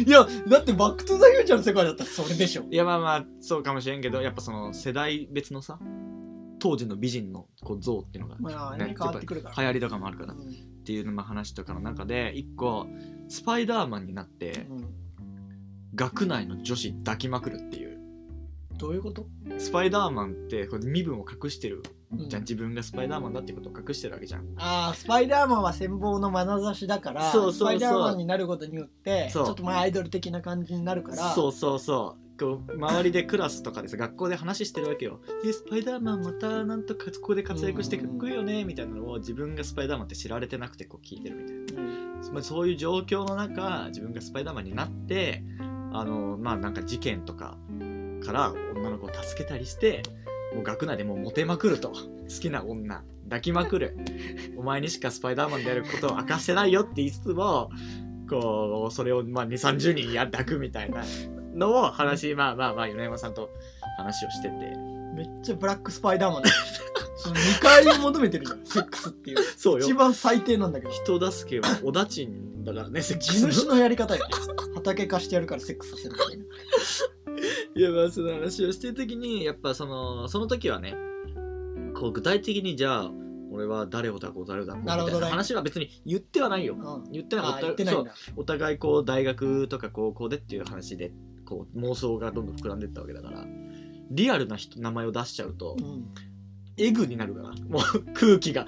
B: いやだって「バック・トゥ・ザ・フューチャー」の世界だったらそれでしょ
C: いや、まあまあ、そうかもしれんけど、やっぱその世代別のさ、当時の美人のこう像っていうのが、
B: まあ
C: ね
B: ね変わってくるから
C: 流行りとかもあるからっ
B: うん
C: ていうのも話とかの中で、一個、スパイダーマンになって、
B: うん
C: 学内の女子抱きまくるっていう。
B: どういうこと
C: スパイダーマンって、これ身分を隠してる
B: うん
C: じゃん。自分がスパイダーマンだってことを隠してるわけじゃん。
B: ああスパイダーマンは羨望の眼差しだから
C: そうそうそう
B: スパイダーマンになることによってち
C: そう
B: ょっとまあアイドル的な感じになるから
C: そうそうそうこう周りでクラスとかでさ学校で話してるわけよ「えスパイダーマンまたなんとかここで活躍してかっこいいよね」みたいなのを自分がスパイダーマンって知られてなくてこう聞いてるみたいな
B: うん
C: つまりそういう状況の中自分がスパイダーマンになってあのまあなんか事件とかから女の子を助けたりしてもう学内でもうモテまくると好きな女抱きまくるお前にしかスパイダーマンであることを明かしてないよって言いつつもこうそれをまあ2 3 0人や抱くみたいなのを話まあまあまあ米山さんと話をしてて
B: めっちゃブラックスパイダーマンだ その2階を求めてるじゃんセックスっていう
C: そう
B: 一
C: よ
B: 番最低なんだけど
C: 人助けはおだちんだからねセック
B: 地
C: スの
B: 主のやり方よ畑貸してやるからセックスさせるみたいない
C: やまあその話をしてる時にやっぱそのその時はねこう具体的にじゃあ俺は誰を抱こう誰を抱こう
B: なる
C: み
B: ほ
C: た
B: ど
C: い
B: ね
C: な話は別に言ってはないよ
B: うん
C: 言ってなか
B: あ
C: っ
B: あ
C: た
B: 言ってない
C: そ
B: ん
C: う
B: だ
C: お互いこう大学とか高校でっていう話でこう妄想がどんどん膨らんでったわけだからリアルな人名前を出しちゃうと
B: うん
C: エグになるからもう空気が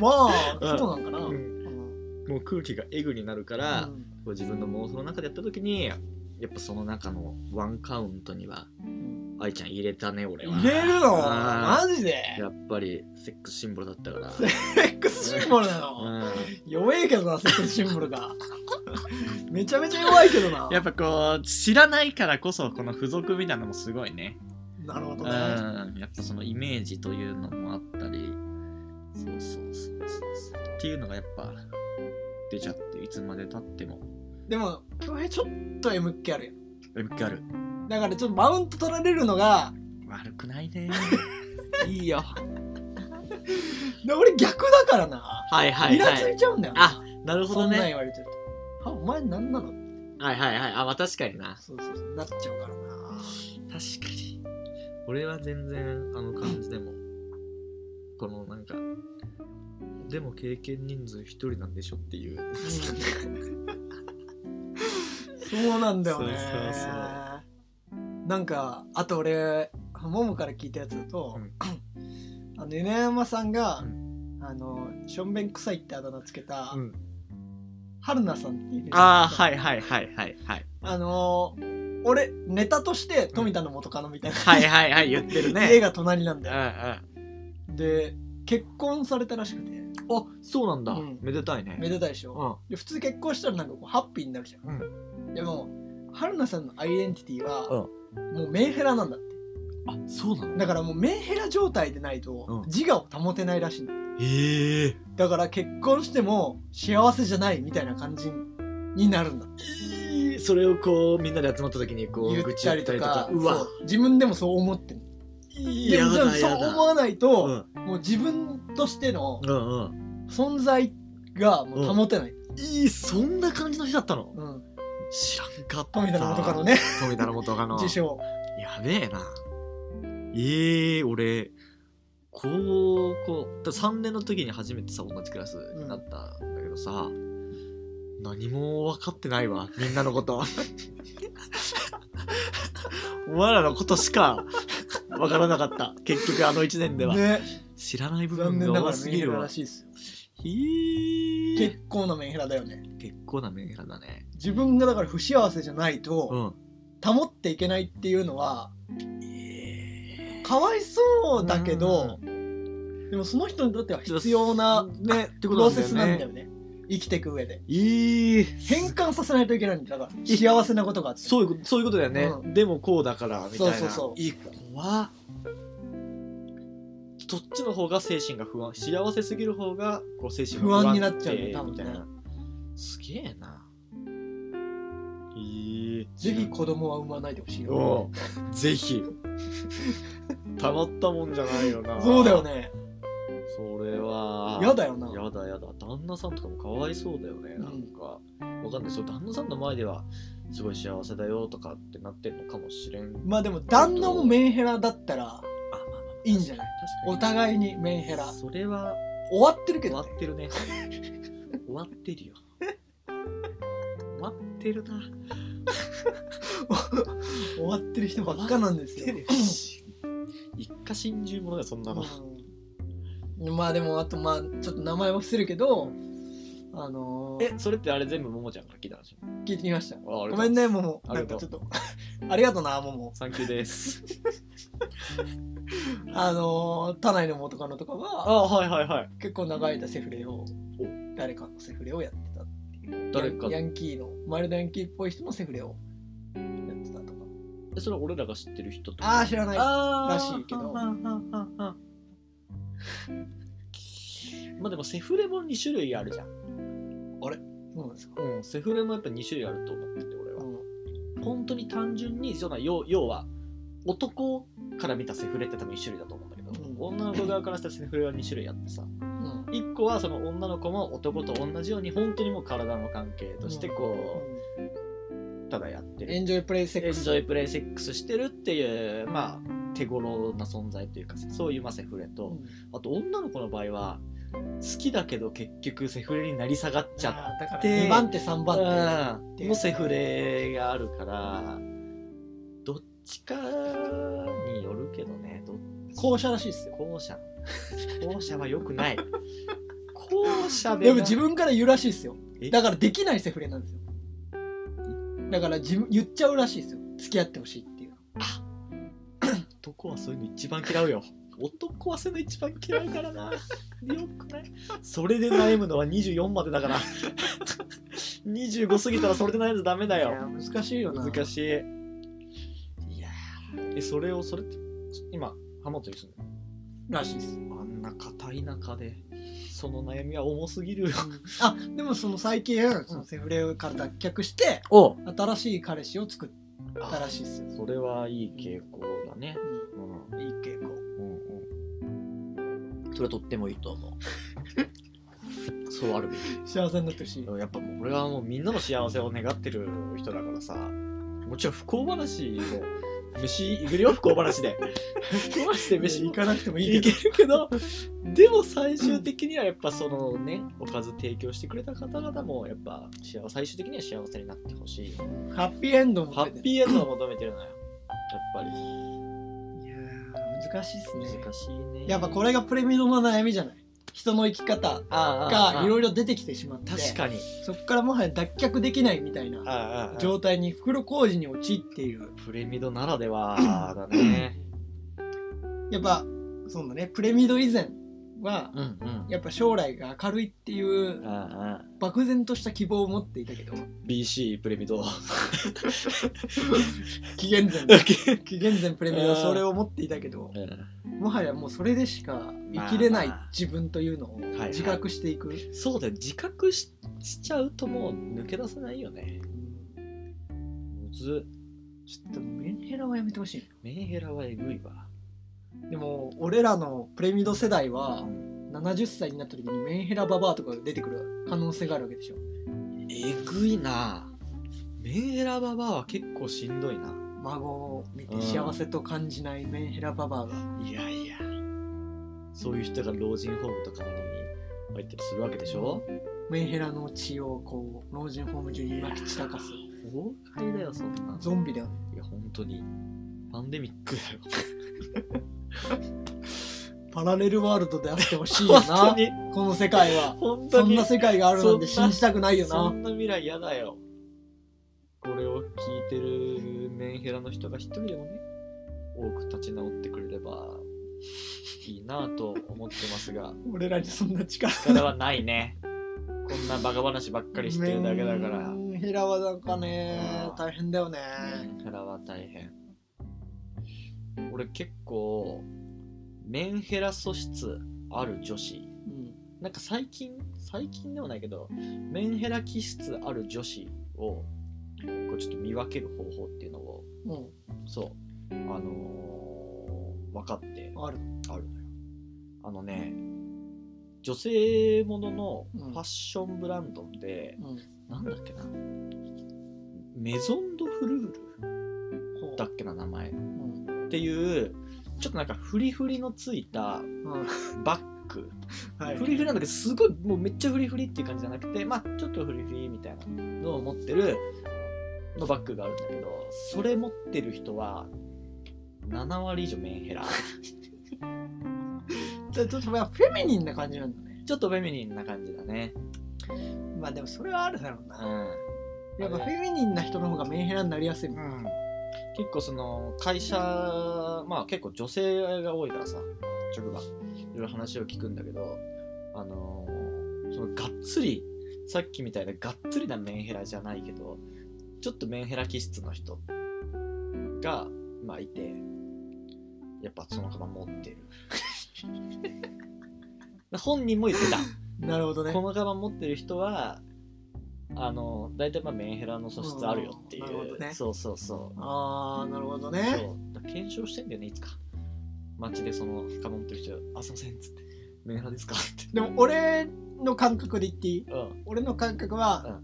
B: まあ
C: うん
B: そうなんかな
C: うん
B: うん
C: もう空気がエグになるから、こう自分の妄想の中でやった時にやっぱその中のワンカウントには
B: うん
C: 愛ちゃん入れたね俺は
B: 入れるの
C: あ
B: マ
C: ー
B: ジで
C: やっぱりセックスシンボルだったから。
B: セックスシンボルなの
C: う、
B: 弱いけどなセックスシンボルが めちゃめちゃ弱いけどなん
C: やっぱこう知らないからこそこの付属みたいなのもすごいね、
B: なるほ
C: う
B: ど
C: ん、
B: ね
C: やっぱそのイメージというのもあったりそうそうそうそうそうっていうのがやっぱ出ちゃっていつまでたっても
B: でも恭平ちょっと M っ気あるよ
C: ギャル
B: だからちょっとマウント取られるのが
C: 悪くない ねいいよ
B: で俺逆だからな
C: はいはい
B: イラ
C: は
B: つい
C: い
B: ちゃうんだよな
C: あなるほ
B: そ
C: ど
B: んなん
C: ね
B: 言われてるとあお前なんなの
C: はいはいはいあまあ確かにな
B: そうそうそうなっちゃうからな
C: 確かに俺は全然あの感じでもこのなんかでも経験人数一人なんでしょっていう
B: そうなんだよね
C: そうそうそ
B: なんかあと俺モモから聞いたやつだと、
C: う
B: あの米山さんが、
C: う
B: あのしょんべん臭いってあだ名つけた、
C: うん
B: 春菜さんっていう
C: ああ
B: い
C: はいはいはいはいはい
B: あのー俺ネタとして富田の元カノみたいな、
C: はいはいはい言ってる
B: 家
C: ね
B: が隣なん
C: うん
B: だ
C: う
B: よ
C: ん
B: で結婚されたらしくて
C: あそうなんだ、
B: うん
C: めでたいね
B: めでたいでしょ、
C: うん
B: で普通結婚したらなんかこうハッピーになるじゃん、でも春菜さんのアイデンティティは、もうメンヘラなんだって
C: あそうなの
B: だからもうメンヘラ状態でない
C: うん
B: と自我を保てないらしいんだ
C: へえ
B: だから結婚しても幸せじゃないみたいな感じになるんだって
C: それをこうみんなで集まった時にこう
B: 言
C: 愚
B: っ
C: 痴
B: た
C: 言
B: り
C: った
B: と
C: りとか
B: か
C: うわ
B: そう自分でもそう思ってるで
C: や
B: もでも
C: だ
B: そう
C: や
B: 思
C: だ
B: わないうと、
C: ん
B: もう自分としての
C: うんうん
B: 存在がもう保てない、
C: いいそんな感じの人だったの
B: うん、
C: 知らんかった
B: 富田の元カノね
C: 富田の元カノ
B: 自称
C: やべえなええ俺高校だ3年の時に初めてさ同じクラスになったんだけどさ、何も分かってないわみんなのことお前らのことしか分からなかった結局あの1年では、
B: ね
C: 知らない部
B: 残
C: 分
B: 念な
C: が
B: が
C: 多
B: ら
C: す
B: メン
C: ぎ
B: ヘ
C: る
B: ラ
C: わ
B: らしいですよ
C: ひえ
B: 結構なメンヘラだよね
C: 結構なメンヘラだね
B: 自分がだから不幸せじゃないと、
C: うん
B: 保っていけないっていうのは
C: え
B: かわいそうだけど、でもその人にとっては必要な
C: ねって
B: プ
C: こと
B: ロ
C: なんだ
B: セ
C: よ
B: スなんだ
C: ね
B: よね生きていく上で
C: いい
B: 変換させないといけないんだだから幸せなことがあって
C: そういうことそういうことだよね、
B: う
C: でもこうだからみたいな
B: そうそうそう
C: いい子はそっちの方が精神が不安幸せすぎる方がこう精神が
B: 不安になっちゃうね
C: 定
B: 多分ね
C: みたいなすげえないい
B: ぜひ子供は産まないでほしいよ
C: おう ぜひたまったもんじゃないよな
B: そうだよね
C: それは
B: 嫌だよな
C: やだやだ旦那さんとかもかわいそうだよね
B: うん
C: なんか、わかんないそう旦那さんの前ではすごい幸せだよとかってなってんのかもしれん
B: まあでも旦那もメンヘラだったら
C: あまあまあまあ
B: いいんじゃないお
C: 確かに
B: 互いにメンヘラ
C: それは
B: 終わってるけ
C: 終わ
B: ど、
C: っ
B: ね、
C: てるね終わってるよ終わってるな
B: 終わってる人ばっかなんですよ、
C: 一家心中ものだよそんなの、
B: うん、まあでもあとまあちょっと名前は伏せるけどあのー、
C: えそれってあれ全部ももちゃんから聞いた話
B: 聞いてみました
C: ご
B: ごめんねもう
C: あ
B: な
C: り
B: んか
C: が
B: ち
C: と
B: ょっとありがとう なもも
C: サンキューです
B: あのー、田内の元カノとかは
C: あはいはいはい
B: 結構長い間セフレを誰かのセフレをやってた
C: 誰か
B: ヤンヤンキーのマイルドヤンキーっぽい人のセフレをやってたとか
C: えそれは俺らが知ってる人と
B: ああ知らない
C: あー
B: らしいけど
C: はんはんはんはんまあでもセフレも2種類あるじゃん。
B: そうなんですか、
C: うん、セフレもやっぱ2種類あると思ってて俺
B: う
C: は。
B: ん
C: 本当に単純にその要要は男から見たセフレって多分1種類だと思うんだけど、
B: うん
C: 女の子側からしたセフレは2種類あってさ
B: うん
C: 1個はその女の子も男と同じように本当にもう体の関係としてこ
B: う
C: う、ただやって
B: ん
C: る
B: エンジョイプレイセッ
C: エ
B: ク
C: ン
B: ス
C: ジョイプレイセックスしてるっていうまあ手頃な存在というかそういうまあセフレと、
B: うん
C: あと女の子の場合は好きだけど結局セフレになり下がっちゃっ
B: あーだから
C: て
B: 2番手3
C: た
B: 番
C: うんのセフレがあるからどっちかによるけどねど
B: 手後者らしいですよ
C: 後者 後者は良くない後者で
B: で
C: な
B: も自分から言うらしいですよ
C: え
B: だからできないセフレなんですよだから自分言っちゃうらしいですよ付き合ってほしいっていう
C: 男はそういうの一番嫌うよ男はそういうの一番嫌うからなよくないそれで悩むのは24までだから 25過ぎたらそれで悩んじゃダメだよ
B: 難しいよな
C: 難しいいやーえそれをそれって今浜本に住んでる
B: らしいです
C: あんな片田舎でその悩みは重すぎるよ
B: あでもその最近そのセフレから脱却して
C: お
B: 新しい彼氏を作ったらしいですよ、
C: それはいい傾向だね、う
B: う
C: ん
B: んいい傾向
C: それはとってもいいと思うそうあるべき
B: 幸せになってほしい
C: やっぱもう俺はもうみんなの幸せを願ってる人だからさもちろん不幸話 で飯いくるよ不幸話で不幸話で飯
B: 行かなくてもい
C: い
B: いけ
C: けるけどでも最終的にはやっぱそのねおかず提供してくれた方々もやっぱ幸せ最終的には幸せになってほしい
B: どハッピーエンドも
C: ハ
B: 出て
C: ッ
B: る
C: ピーエンドを求めてるのよやっぱ
B: いやー難しいっ
C: り
B: すね
C: 難しいね
B: やっぱこれがプレミドの悩みじゃない人の生き方
C: あああ
B: がいろ
C: い
B: いろ出てきてしまって
C: 確かに
B: そこからもはや脱却できないみたいな
C: ああああ
B: 状態に袋小路に陥っている
C: プレミドならではだね
B: やっぱそうだねプレミド以前は
C: うんうん
B: やっぱ将来が明るいっていう
C: ああああ
B: 漠然とした希望を持っていたけど
C: BC プレミド
B: 紀元前 紀元前プレミドはそれを持っていたけどもはやもうそれでしか生きれない自分というのを
C: あまあ
B: 自覚していく、
C: そうだよ自覚ししちゃうともう抜け出せないよね
B: うん
C: むずっ
B: ちょっとメンヘラはやめてほしい
C: メンヘラはえぐいわ
B: でも俺らのプレミド世代は
C: うん
B: 70歳になった時にメンヘラババアとかが出てくる可能性があるわけでしょ
C: えぐいなメンヘラババアは結構しんどいな
B: 孫を見て幸せと感じないメンヘラババアが
C: いやいやそういう人が老人ホームとかに入ったりするわけでしょ
B: メンヘラの血をこう老人ホーム中にまき散らかす
C: 崩壊だよそんなの
B: ゾンビだよね
C: いや本当にパンデミックだよ
B: パラレルワールドであってほしいよ
C: 本当
B: な
C: に
B: この世界は
C: 本当
B: そん
C: に
B: な世界があるなんて
C: そんな
B: 信じたくないよ
C: そ
B: なん
C: な未来嫌だよこれを聞いてるメンヘラの人が一人でもね多く立ち直ってくれればいいなと思ってますが
B: 俺らにそんな力
C: 力はないねこんなバカ話ばっかりしてるだけだから
B: メンヘラはなんかね
C: うん
B: 大変だよね
C: メンヘラは大変俺結構メンヘラ素質ある女子
B: うん
C: なんか最近最近でもないけどメンヘラ気質ある女子をこうちょっと見分ける方法っていうのを
B: も
C: そうあのー分かって
B: うある
C: あるのよあのね女性ものの
B: うん
C: ファッションブランドで、
B: うん
C: なんだっけなメゾン・ド・フルール
B: こう
C: だっけな名前
B: う
C: っ
B: ん
C: ていうちょっとなんかフリフリのついた
B: うん
C: バッグ
B: はい
C: フリフリなんだけどすごいもうめっちゃフリフリっていう感じじゃなくてまあちょっとフリフリみたいなのを持ってるのバッグがあるんだけどそれ持ってる人は7割以上メンヘラ
B: ちょっとフェミニンな感じなんだね
C: ちょっとフェミニンな感じだね
B: まあでもそれはあるだろう
C: う、
B: なんやっぱフェミニンな人の方がメンヘラになりやすいもん
C: 結構その会社まあ結構女性が多いからさ職場いろいろ話を聞くんだけどあのーそのがっつりさっきみたいながっつりなメンヘラじゃないけどちょっとメンヘラ気質の人がまあいてやっぱそのカバン持っ てる本人も言ってた
B: なるほどね
C: このカバン持ってる人はあの大体まあメンヘラの素質あるよっていう、
B: うんなるほどね
C: そうそうそう
B: ああなるほど
C: そう
B: ね
C: だから検証してんだよねいつか街でそのカバン持ってる人「あすいません」っつって「メンヘラですか?」って
B: でも俺の感覚で言っていい
C: うんうん
B: 俺の感覚は、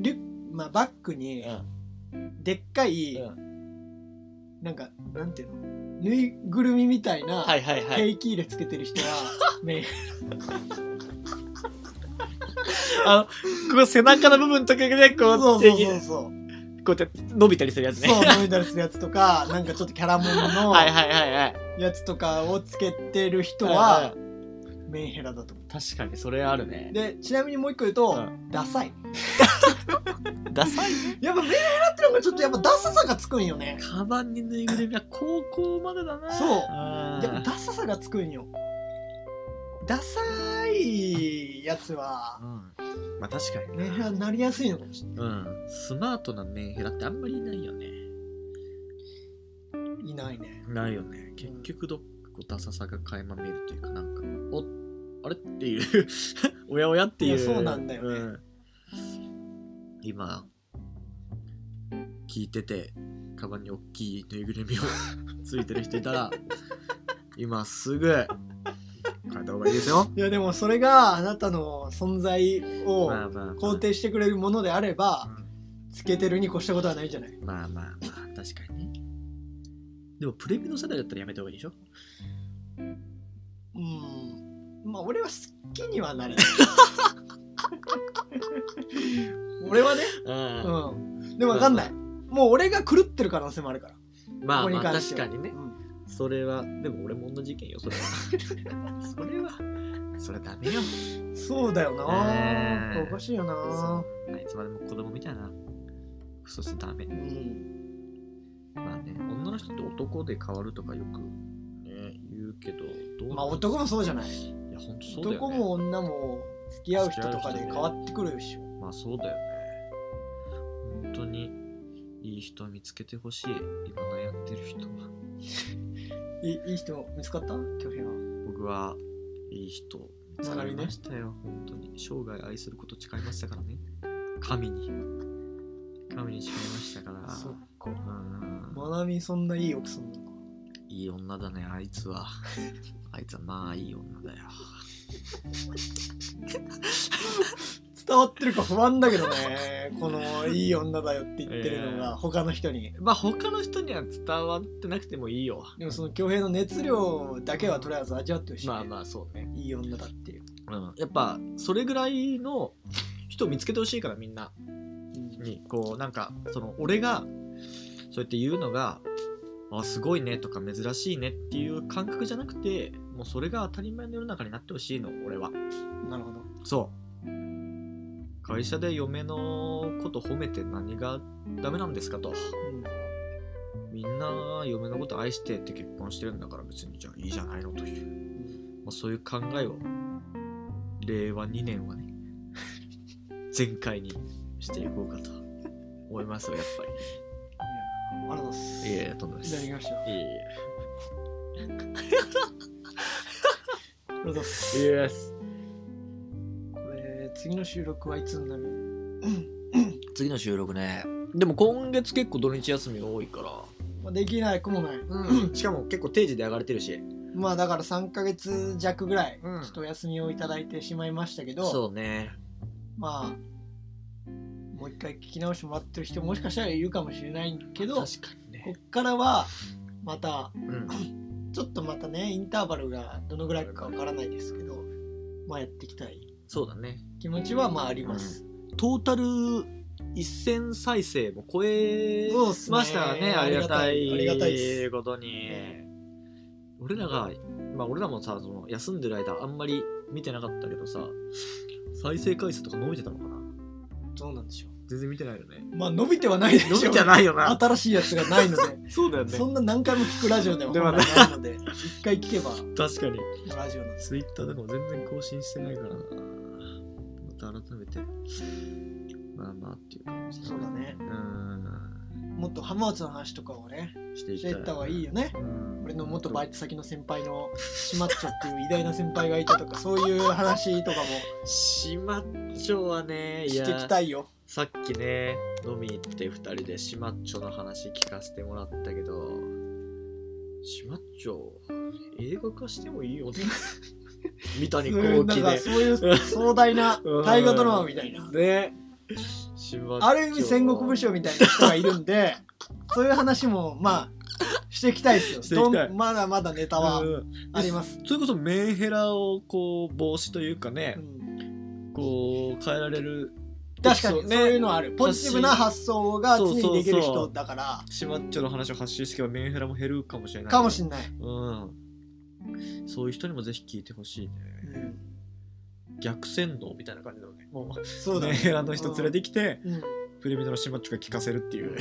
B: リュッまあ、バッグにでっかい、
C: うん
B: なんかなんていうのぬいぐるみみたいな
C: はいはいは
B: 定
C: い
B: 期入れつけてる 人は、メン
C: あのここ背中の部分とかでこ
B: そうう
C: 定
B: そう
C: 期
B: そうそう
C: こうやって伸びたりするやつね
B: そう飲みだりするやつとかなんかちょっとキャラモンの
C: はいはいはいはい
B: やつとかをつけてる人
C: はいは
B: はいメンヘラだと思
C: 確かにそれあるね
B: うでちなみにもう一個言うと、
C: う
B: ダサい
C: ダサいね
B: やっぱメンヘラってのがちょっとやっぱダサさがつくんよね
C: カバンにぬいぐるみは高校までだな
B: そう
C: あー
B: やっぱダサさがつくんよダサいやつは
C: うんまあ確かに
B: メンヘラになりやすいのかもしれ
C: うん、スマートなメンヘラってあんまりいないよね。
B: ないいないね
C: ないよね。結局どっこダサさが垣間見えるというか、なんか、おあれっていう、 おやおやっていう。
B: いやそうなんだよね
C: ん今、聞いてて、カバンに大きいぬいぐるみをついてる人い たら、今すぐ、変えた方がいいですよ。
B: いやでもそれがあなたの存在を
C: まあまあ、まあ、
B: 肯定してくれるものであれば
C: うん
B: つけてるに越したことはないじゃない
C: まあまあまあ、確かにね。でも、プレミの世代だったらやめた方がいいでしょ
B: うんまあ俺は好きにはなれない俺はね
C: う
B: うんでも分かんないもう俺が狂ってる可能性もあるから
C: まあ、まあ、
B: 関
C: 確
B: して
C: か
B: は
C: にね
B: う。ん
C: それは、でも俺も同じ意見よ、そ れは。それは、それはダメよ。
B: そうだよな、
C: ねえ
B: おかしいよな、
C: そんないつまでも子供みたいな。そしてダメ
B: う。ん、
C: まあね、女の人って男で変わるとかよく、ね、言うけど、どう
B: まあ男もそうじゃない
C: いや、ほんとそうだよ
B: 男
C: ね。
B: も女も付き合う人とかで変わってくるでしょ
C: まあそうだよね。本当に、いい人見つけてほしい。今悩んでる人は。
B: いいい人見つかった巨平は
C: 僕はいい人見つかりましたよ、本当に生涯愛すること誓いましたからね神に神に誓いましたから
B: そっか
C: うん
B: まなみそんないい奥さんなのか
C: いい女だねあいつは あいつはまあいい女だよ
B: 伝わってるか不安だけど ねこのいい女だよって言ってるのが他の人に
C: まあ他の人には伝わってなくてもいいよ
B: でもその恭平の熱量だけはとりあえず味わってほしい、ね
C: まあまあそうね、
B: いい女だっていう、
C: うん、やっぱそれぐらいの人を見つけてほしいからみんなにこうなんかその俺がそうやって言うのがあすごいねとか珍しいねっていう感覚じゃなくてもうそれが当たり前の世の中になってほしいの俺は
B: なるほど
C: そう会社で嫁のこと褒めて何がダメなんですかとみんな嫁のこと愛してって結婚してるんだから別にじゃあいいじゃないのという、まあ、そういう考えを令和2年はね 全開にしていこうかと思いますよやっ
B: うん、
C: ぱ
B: ありがとうございます
C: りいえいえとんでもな
B: いた
C: いです
B: だ
C: い
B: きましたあ
C: えいえ
B: りがとうございます
C: イエス
B: これ次の収録はいつになる
C: 次の収録ねでも今月結構土日休み多いか
B: まあできないくもない
C: ら、しかも結構定時で上がれてるし
B: まあだから3ヶ月弱ぐらい、
C: うん
B: ちょっとお休みをいただいてしまいましたけど
C: そうね
B: まあもう一回聞き直してもらってる人もしかしたらいるかもしれないけどこ
C: 確かにね、
B: っからはまた
C: うん、
B: ちょっとまたねインターバルがどのぐらいかわからないですけどまあやっていきたい
C: そうだね
B: 気持ちはまああります、
C: トータル1000再生も超え
B: そうっすね
C: ましたからねありがたい
B: ありがたいです
C: ことに、
B: え
C: 俺らがまあ俺らもさその休んでる間あんまり見てなかったけどさ再生回数とか伸びてたのかな
B: どうなんでしょ
C: 全然見てないよね
B: うまあ伸びてはないでしょう
C: 伸びてないよな
B: 新しいやつがないので
C: そうだ よね
B: そんな何回も聞くラジオでは
C: では
B: 本
C: ない
B: 来ないので一回聞けば
C: 確かに
B: ラジオなんです
C: ツイッターとかも全然更新してないからな。また改めて、まあまあっていう感じ
B: そうだね
C: うー
B: もっと浜松の話とかをね
C: ん。してい
B: し
C: きた
B: て
C: い。
B: いった方がいいよね
C: うん。
B: 俺の元バイト先の先輩のシマッチョっていう偉大な先輩がいたとかそういう話とかも
C: シマッチョはね、い
B: して
C: や、
B: きたいよ
C: さっきね、飲み行って2人でシマッチョの話聞かせてもらったけど、シマッチョ、映画化してもいいよね。 三
B: そう
C: 谷
B: いうな
C: 幸喜
B: んか
C: で。
B: そういう壮大な
C: うん
B: 大河ドラマみたいな
C: ね。シマッチョ
B: ある意味戦国武将みたいな人がいるんでそういう話もまあしていきたいですよ
C: していきたい
B: どんまだまだネタは
C: うん
B: あります、
C: それこそメンヘラをこう防止というかね
B: う、ん
C: こう変えられる
B: 確かにそういうのはある
C: ね
B: ポジティブな発想が常
C: そうそう
B: に
C: そ
B: で
C: う
B: きる人だから
C: シマッチョの話を発信していけばメンヘラも減るかもしれない
B: かもしんない、
C: うんそういう人にもぜひ聞いてほしいね
B: うん
C: 逆洗脳みたいな感じだよねもう
B: そうだ
C: メン
B: ね
C: ヘラの人連れてきて、
B: うん
C: プレミドのシマッチョが聞かせるっていう、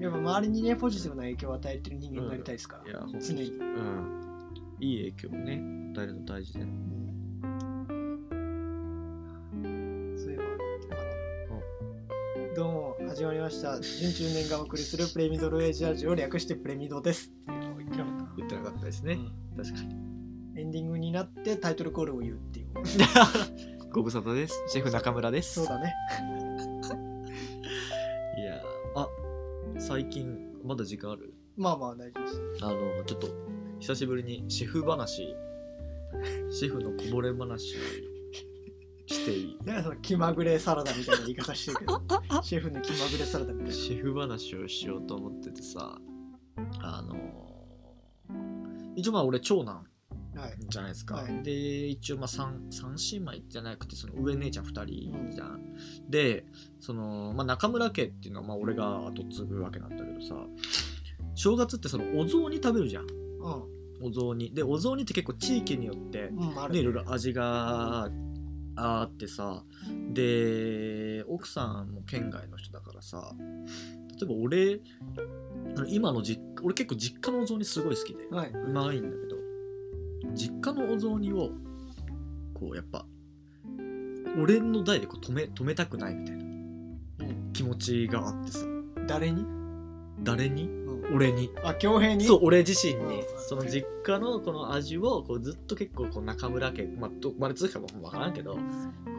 B: やっぱ周りにねポジティブな影響を与えてる人間になりたいですから、
C: いやほんと
B: 常に、
C: うんいい影響をね与えるの大事だよ
B: そういえばよかったなどうも始まりました準中年がお送りするプレミドルエイジラジオ略してプレミドですっていうのを言ってなかった
C: 言ってなかったですね、確かに
B: エンディングになってタイトルコールを言うって いう
C: ご無沙汰ですシェフ中村です
B: そうだね
C: いやーあ最近まだ時間ある
B: まあまあ大丈夫です
C: あのちょっと久しぶりにシェフ話シェフのこぼれ話していい
B: なんかその気まぐれサラダみたいな言い方してるけ どシェフの気まぐれサラダみたいな
C: シェフ話をしようと思っててさあの一応まあ俺長男
B: はい
C: じゃないですか、
B: はい
C: で一応まあ 3, 三姉妹じゃなくてその上姉ちゃん2人じゃん、でその、まあ、中村家っていうのはまあ俺が後継ぐわけなんだけどさ正月ってそのお雑煮食べるじゃん
B: う
C: お雑煮でお雑煮って結構地域によって
B: んうんあるね
C: ね、いろいろ味があってさで奥さんも県外の人だからさ例えば俺あの今の実家俺結構実家のお雑煮すごい好きでう
B: はい、
C: まいんだけど実家のお雑煮をこうやっぱ俺の代でこう止め止めたくないみたいな
B: うん、
C: 気持ちがあってさ
B: 誰に、
C: 誰に
B: うん、
C: 俺に
B: あ恭平に
C: そう俺自身
B: う
C: に
B: ん
C: その実家のこの味をこうずっと結構こう中村家まあどこまで続くかも分からんけどこ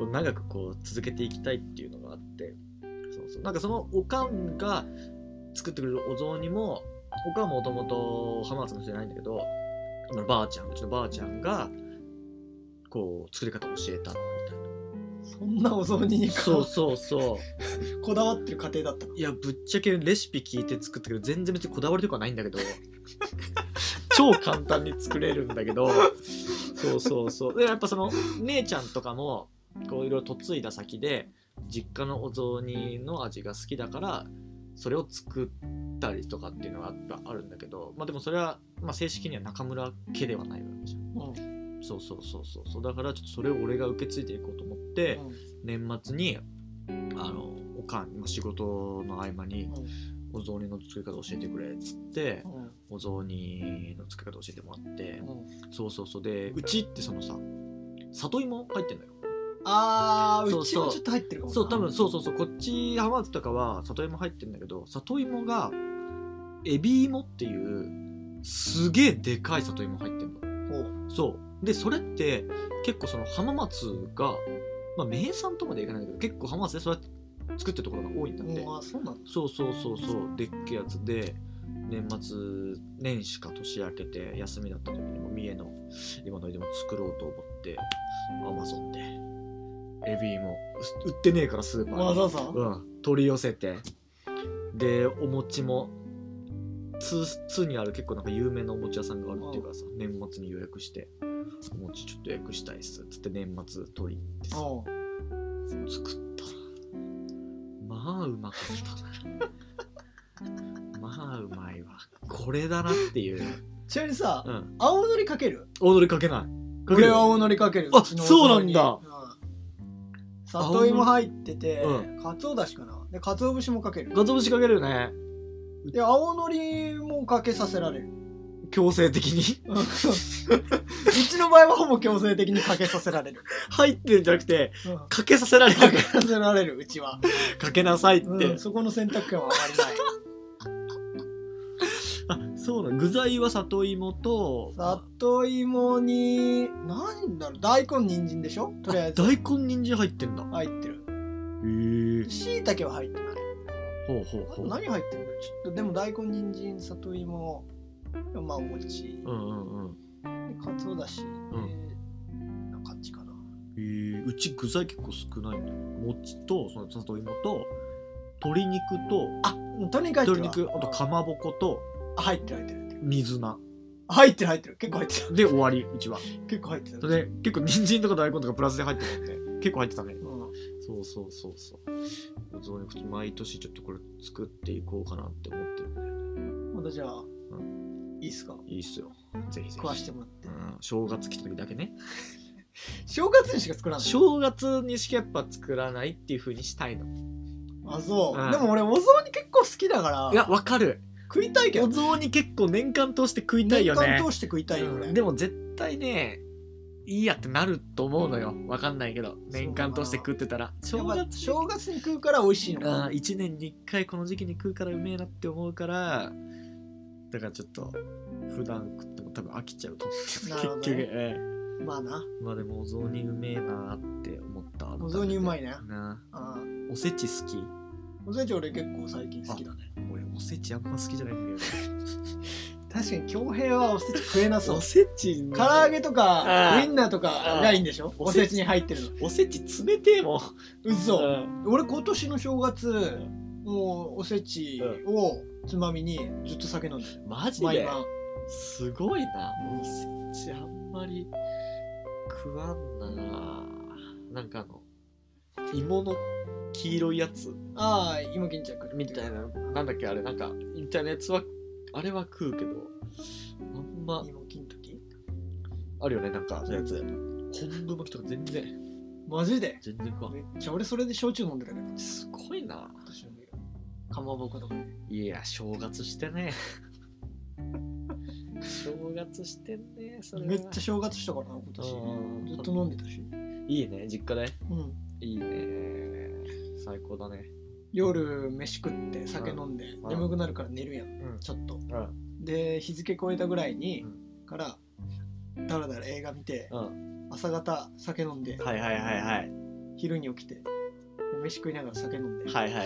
C: う長くこう続けていきたいっていうのがあってそうそうなんかそのおかんが作ってくれるお雑煮も僕はもともと浜松の人じゃないんだけど今のばあちゃんうちのばあちゃんがこう作り方を教えたみたいな
B: そんなお雑煮に
C: そう
B: こ
C: そうそう
B: こだわってる家庭だったの
C: いやぶっちゃけレシピ聞いて作ったけど全然別にこだわりとかはないんだけど超簡単に作れるんだけどそうそうそうでやっぱその姉ちゃんとかもこういろいろ嫁いだ先で実家のお雑煮の味が好きだからそれを作ったりとかっていうのがあったあるんだけどまあでもそれは、まあ、正式には中村家ではないわけじゃん
B: うんうん
C: そうそうそうそうそうだからちょっとそれを俺が受け継いでいこうと思って、年末にあのおかん仕事の合間にお雑煮の作り方教えてくれっつって
B: うんうん
C: お雑煮の作り方教えてもらって
B: うん
C: そうそうそうでうちってそのさ里芋入ってんだよ
B: あー
C: そうう
B: ち
C: そう
B: もちょっと入ってるかもな
C: そう多分そうそうそうこっち浜松とかは里芋入ってんだけど里芋がエビ芋っていうすげえでかい里芋入ってんの
B: ほう
C: そうでそれって結構その浜松が、まあ、名産とまでいかないんだけど結構浜松でそれ作ってるところが多いんだって、
B: うんあそうなんだ
C: そうそうそうそうでっけえやつで年末年始か年明けて休みだった時にも三重の今のでも作ろうと思ってアマゾンでエビもう売ってねえからスーパーに
B: わざわざ
C: うん、取り寄せてでお餅も通通にある結構なんか有名なお餅屋さんがあるっていうからさ年末に予約してお餅ちょっと予約したいっすっつって年末取りに行ってさ
B: うん
C: 作ったまあうまかったなまあうまいわこれだなっていう、
B: ちなみにさ
C: うん、
B: 青のりかける
C: 踊りかけないかけ
B: 俺
C: る
B: は青のりかける
C: あ
B: ちのお雑煮
C: そうなんだ
B: うん里芋入ってて
C: 青の
B: かつおだしかなでかつお節もかける
C: ガツ節かけるよね
B: で青のりもかけさせられる
C: 強制的に
B: うちの場合はほぼ強制的にかけさせられる、
C: 入ってるんじゃなくて
B: うん
C: かけさせられ
B: か
C: る
B: けさせられるうちは、
C: かけなさいって、
B: うん、そこの選択権はあまりない
C: あそうなの具材は里芋と
B: 里芋に何だろう大根人参でしょとりあえず
C: 大根人参入ってんだへ
B: 入ってる
C: え
B: しいたけは入ってない
C: ほうほ
B: あ
C: うほ
B: と
C: う
B: 何入ってるんだろうちょっとでも大根人参里芋まあお餅
C: うんうんうん
B: でかつおだし、
C: うん
B: でな感じかな
C: えー、うち具材結構少ないんだよ餅とその里芋と鶏肉と
B: あとにかく
C: 鶏肉あとかまぼこと
B: 入ってる入ってる入ってる
C: 水菜
B: 入ってる入ってる結構入ってる
C: で終わりうちは
B: 結構入ってる、
C: それで結構人参とか大根とかプラスで入ってたんで結構入ってたね
B: うん
C: そうそうそうそうお雑煮毎年ちょっとこれ作っていこうかなって思ってるんだよね
B: またじゃあ、
C: う
B: いいっすか
C: いいっすよぜひぜひ
B: 食わしてもらって、
C: うん、正月来た時だけね
B: 正月にしか作らない
C: 正月にしかやっぱ作らないっていう風にしたいの
B: あそう、
C: うん
B: でも俺お雑煮結構好きだから
C: いやわかる
B: 食いたいけ
C: お
B: ど
C: 雑煮結構年間通して食いたい
B: 年
C: よね
B: 間通して食いたいよ、
C: う
B: 俺
C: んでも絶対ねいいやってなると思うのよわかんないけど年間通して食ってたら
B: や
C: 正
B: っぱ
C: 月
B: 正月に食うから美味しいのか
C: あ1年に1回この時期に食うからうめえなって思うからだからちょっと普段食っても多分飽きちゃうと思
B: なるほど
C: う
B: ね
C: 結局、ええ
B: まあな
C: まあでもお雑煮うめえなって思った
B: お雑煮うまいね
C: な
B: あ
C: おせち好き
B: おせち俺結構最近好きだね
C: 俺おせちあんま好きじゃないんだよね
B: 確かに恭平はおせち食えなそう
C: おせちの
B: 唐揚げとか
C: あー
B: ウインナーとかないんでしょお
C: お
B: せ
C: せち
B: ちに入ってるの
C: おせち冷てえもん
B: 嘘
C: うん
B: 俺今年の正月もうおせちをつまみにずっと酒飲んでる
C: マジ
B: 毎
C: で
B: 晩
C: すごいなおせちあんまり食わんななんかあの芋の黄色いやつ
B: ああ芋巾着
C: みたいななんだっけあれなんかみたいなやつはあれは食うけどあんま
B: 芋巾時
C: あるよねなんかそういうやつ昆布巻きとか全然
B: マジで
C: 全然食わん
B: めっちゃ俺それで焼酎飲んでるね
C: すごいな
B: 今年の冬かまぼことかね
C: いや正月し てね正月してんねそれは
B: めっちゃ正月したからな今年
C: うん
B: ずっと飲んでたし、
C: いいね実家で
B: うん、
C: いいね最高だね
B: 夜飯食って酒飲んで
C: ん
B: 眠くなるから寝るやん
C: うん
B: ちょっと
C: うん
B: で日付超えたぐらいに
C: う
B: からだらだら映画見て
C: うん
B: 朝方酒飲んで
C: はいはいはいはい
B: 昼に起きてで飯食いながら酒飲んで,、
C: はいはい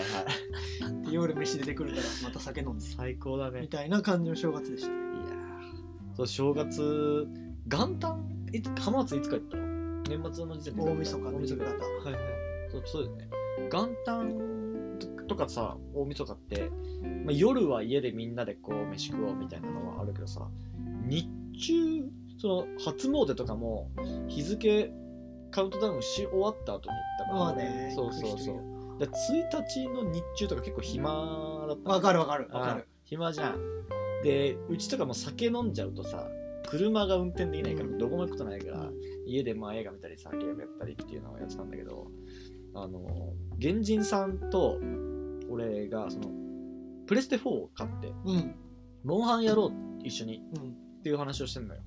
C: はい
B: で夜飯出てくるからまた酒飲んで
C: 最高だね
B: みたいな感じの正月でした
C: いやーそう正月元旦いつ浜松いつ帰ったの年末の時点で
B: 大晦日
C: 大
B: の
C: 晦
B: 夕方
C: 日だはいはいそうそうだよね元旦とかさ大晦日って、まあ、夜は家でみんなでこう飯食おうみたいなのはあるけどさ日中その初詣とかも日付カウントダウンし終わった後に行った
B: まあね
C: そうそうそ
B: 行く人い
C: う
B: るよ
C: で1日の日中とか結構暇だった
B: わかるわかるわかる
C: 暇じゃんでうちとかも酒飲んじゃうとさ車が運転できないから
B: うん
C: どこも行くことないから、
B: うん
C: 家でまあ映画見たりさゲームやったりっていうのをやってたんだけどあの原人さんと俺がそのプレステ4を買って
B: うん
C: モンハンやろう一緒に
B: うん
C: っていう話をしてんのよ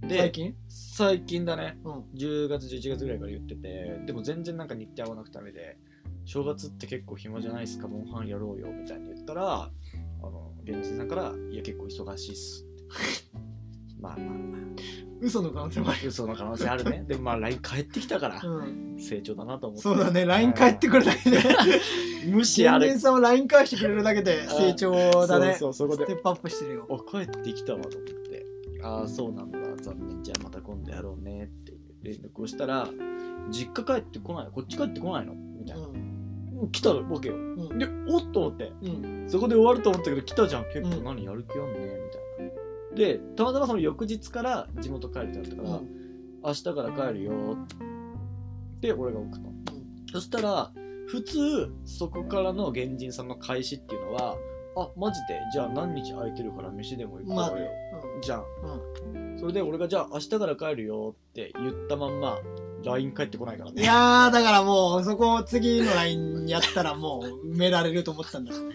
C: で
B: 最近
C: 最近だね
B: うん
C: 10月11月ぐらいから言っててでも全然なんか日程合わなくてダメで正月って結構暇じゃないですかモンハンやろうよみたいに言ったらあの現地さんから「いや結構忙しいっす」 ってまあまあま
B: 嘘の可能性もあ
C: あ嘘の可能性ある ねでもまあ LINE 帰ってきたから
B: るうん
C: 成長だなと思って
B: そうだね LINE 返ってくるだ けで
C: 無視あ
B: 新
C: れ
B: 人さんは LINE 返してくれるだけで成長だね
C: そうそうそこで
B: ステップアップしてるよ
C: あ帰ってきたわと思ってああそうなんだ残念じゃあまた今度やろうねっていう連絡をしたら実家帰ってこないこっち帰ってこないのみたいな、
B: うん
C: もう来たわけよ
B: うん
C: でおっと思って
B: うん
C: そこで終わると思ったけど来たじゃん結構何やる気あんねみたいな、でたまたまその翌日から地元帰るってなったから、
B: うん
C: 明日から帰るよって俺が送ったの、そしたら普通そこからの原人さんの開始っていうのはあマジでじゃあ何日空いてるから飯でも行こうよ、
B: まあね
C: じゃん、それで俺がじゃあ明日から帰るよって言ったまんま LINE 返ってこないから
B: い
C: ね
B: やーだからもうそこを次の LINE やったらもう埋められると思ってたんだろうね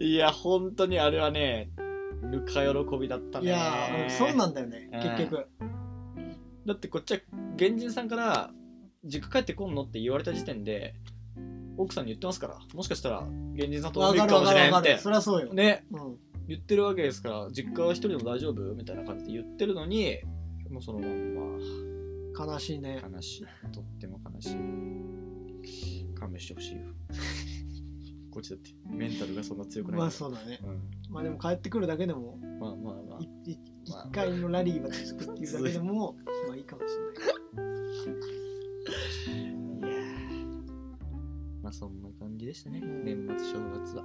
C: いや本当にあれはねぬか喜びだった
B: い
C: ね
B: やーそうなんだよね
C: うん
B: 結局
C: だってこっちは原人さんから実家帰ってこんのって言われた時点で奥さんに言ってますからもしかしたら原人さんと
B: わ
C: 同じ
B: か
C: か
B: るわ
C: もし
B: か
C: れ
B: る
C: ん
B: わ
C: っ
B: か
C: て
B: るそりゃそうよ
C: ね
B: うん
C: 言ってるわけですから実家は一人でも大丈夫みたいな感じで言ってるのにもうそのまんま
B: 悲しいね
C: 悲しいとっても悲しい勘弁してほしいよこっちだってメンタルがそんな強くない
B: まあそうだね
C: うん
B: まあでも帰ってくるだけでも
C: まあまあまあ
B: いい
C: まあ
B: 一回のラリーが続くっていうだけでもまあいいかもし
C: いやーまあそんな感じでしたね
B: うん
C: 年末正月は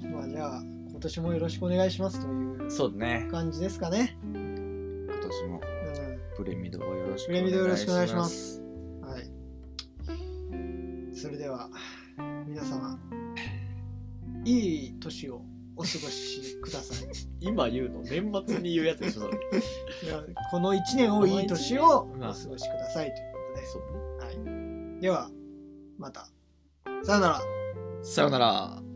B: れないまあじゃあ今年もよろしくお願いしますという
C: そうだね
B: 感じですかね
C: 今年も
B: う
C: プレミドをよろしく。
B: プレミドよろしくお願いしますんはいそれでは皆様いい年をお過ごしくださ い
C: 今言うの年末に言うやつでしょそれ。
B: いやこの1年をいい年をお過ごしくださいということで
C: そうね。
B: はい、ではまたさよなら
C: さよなら。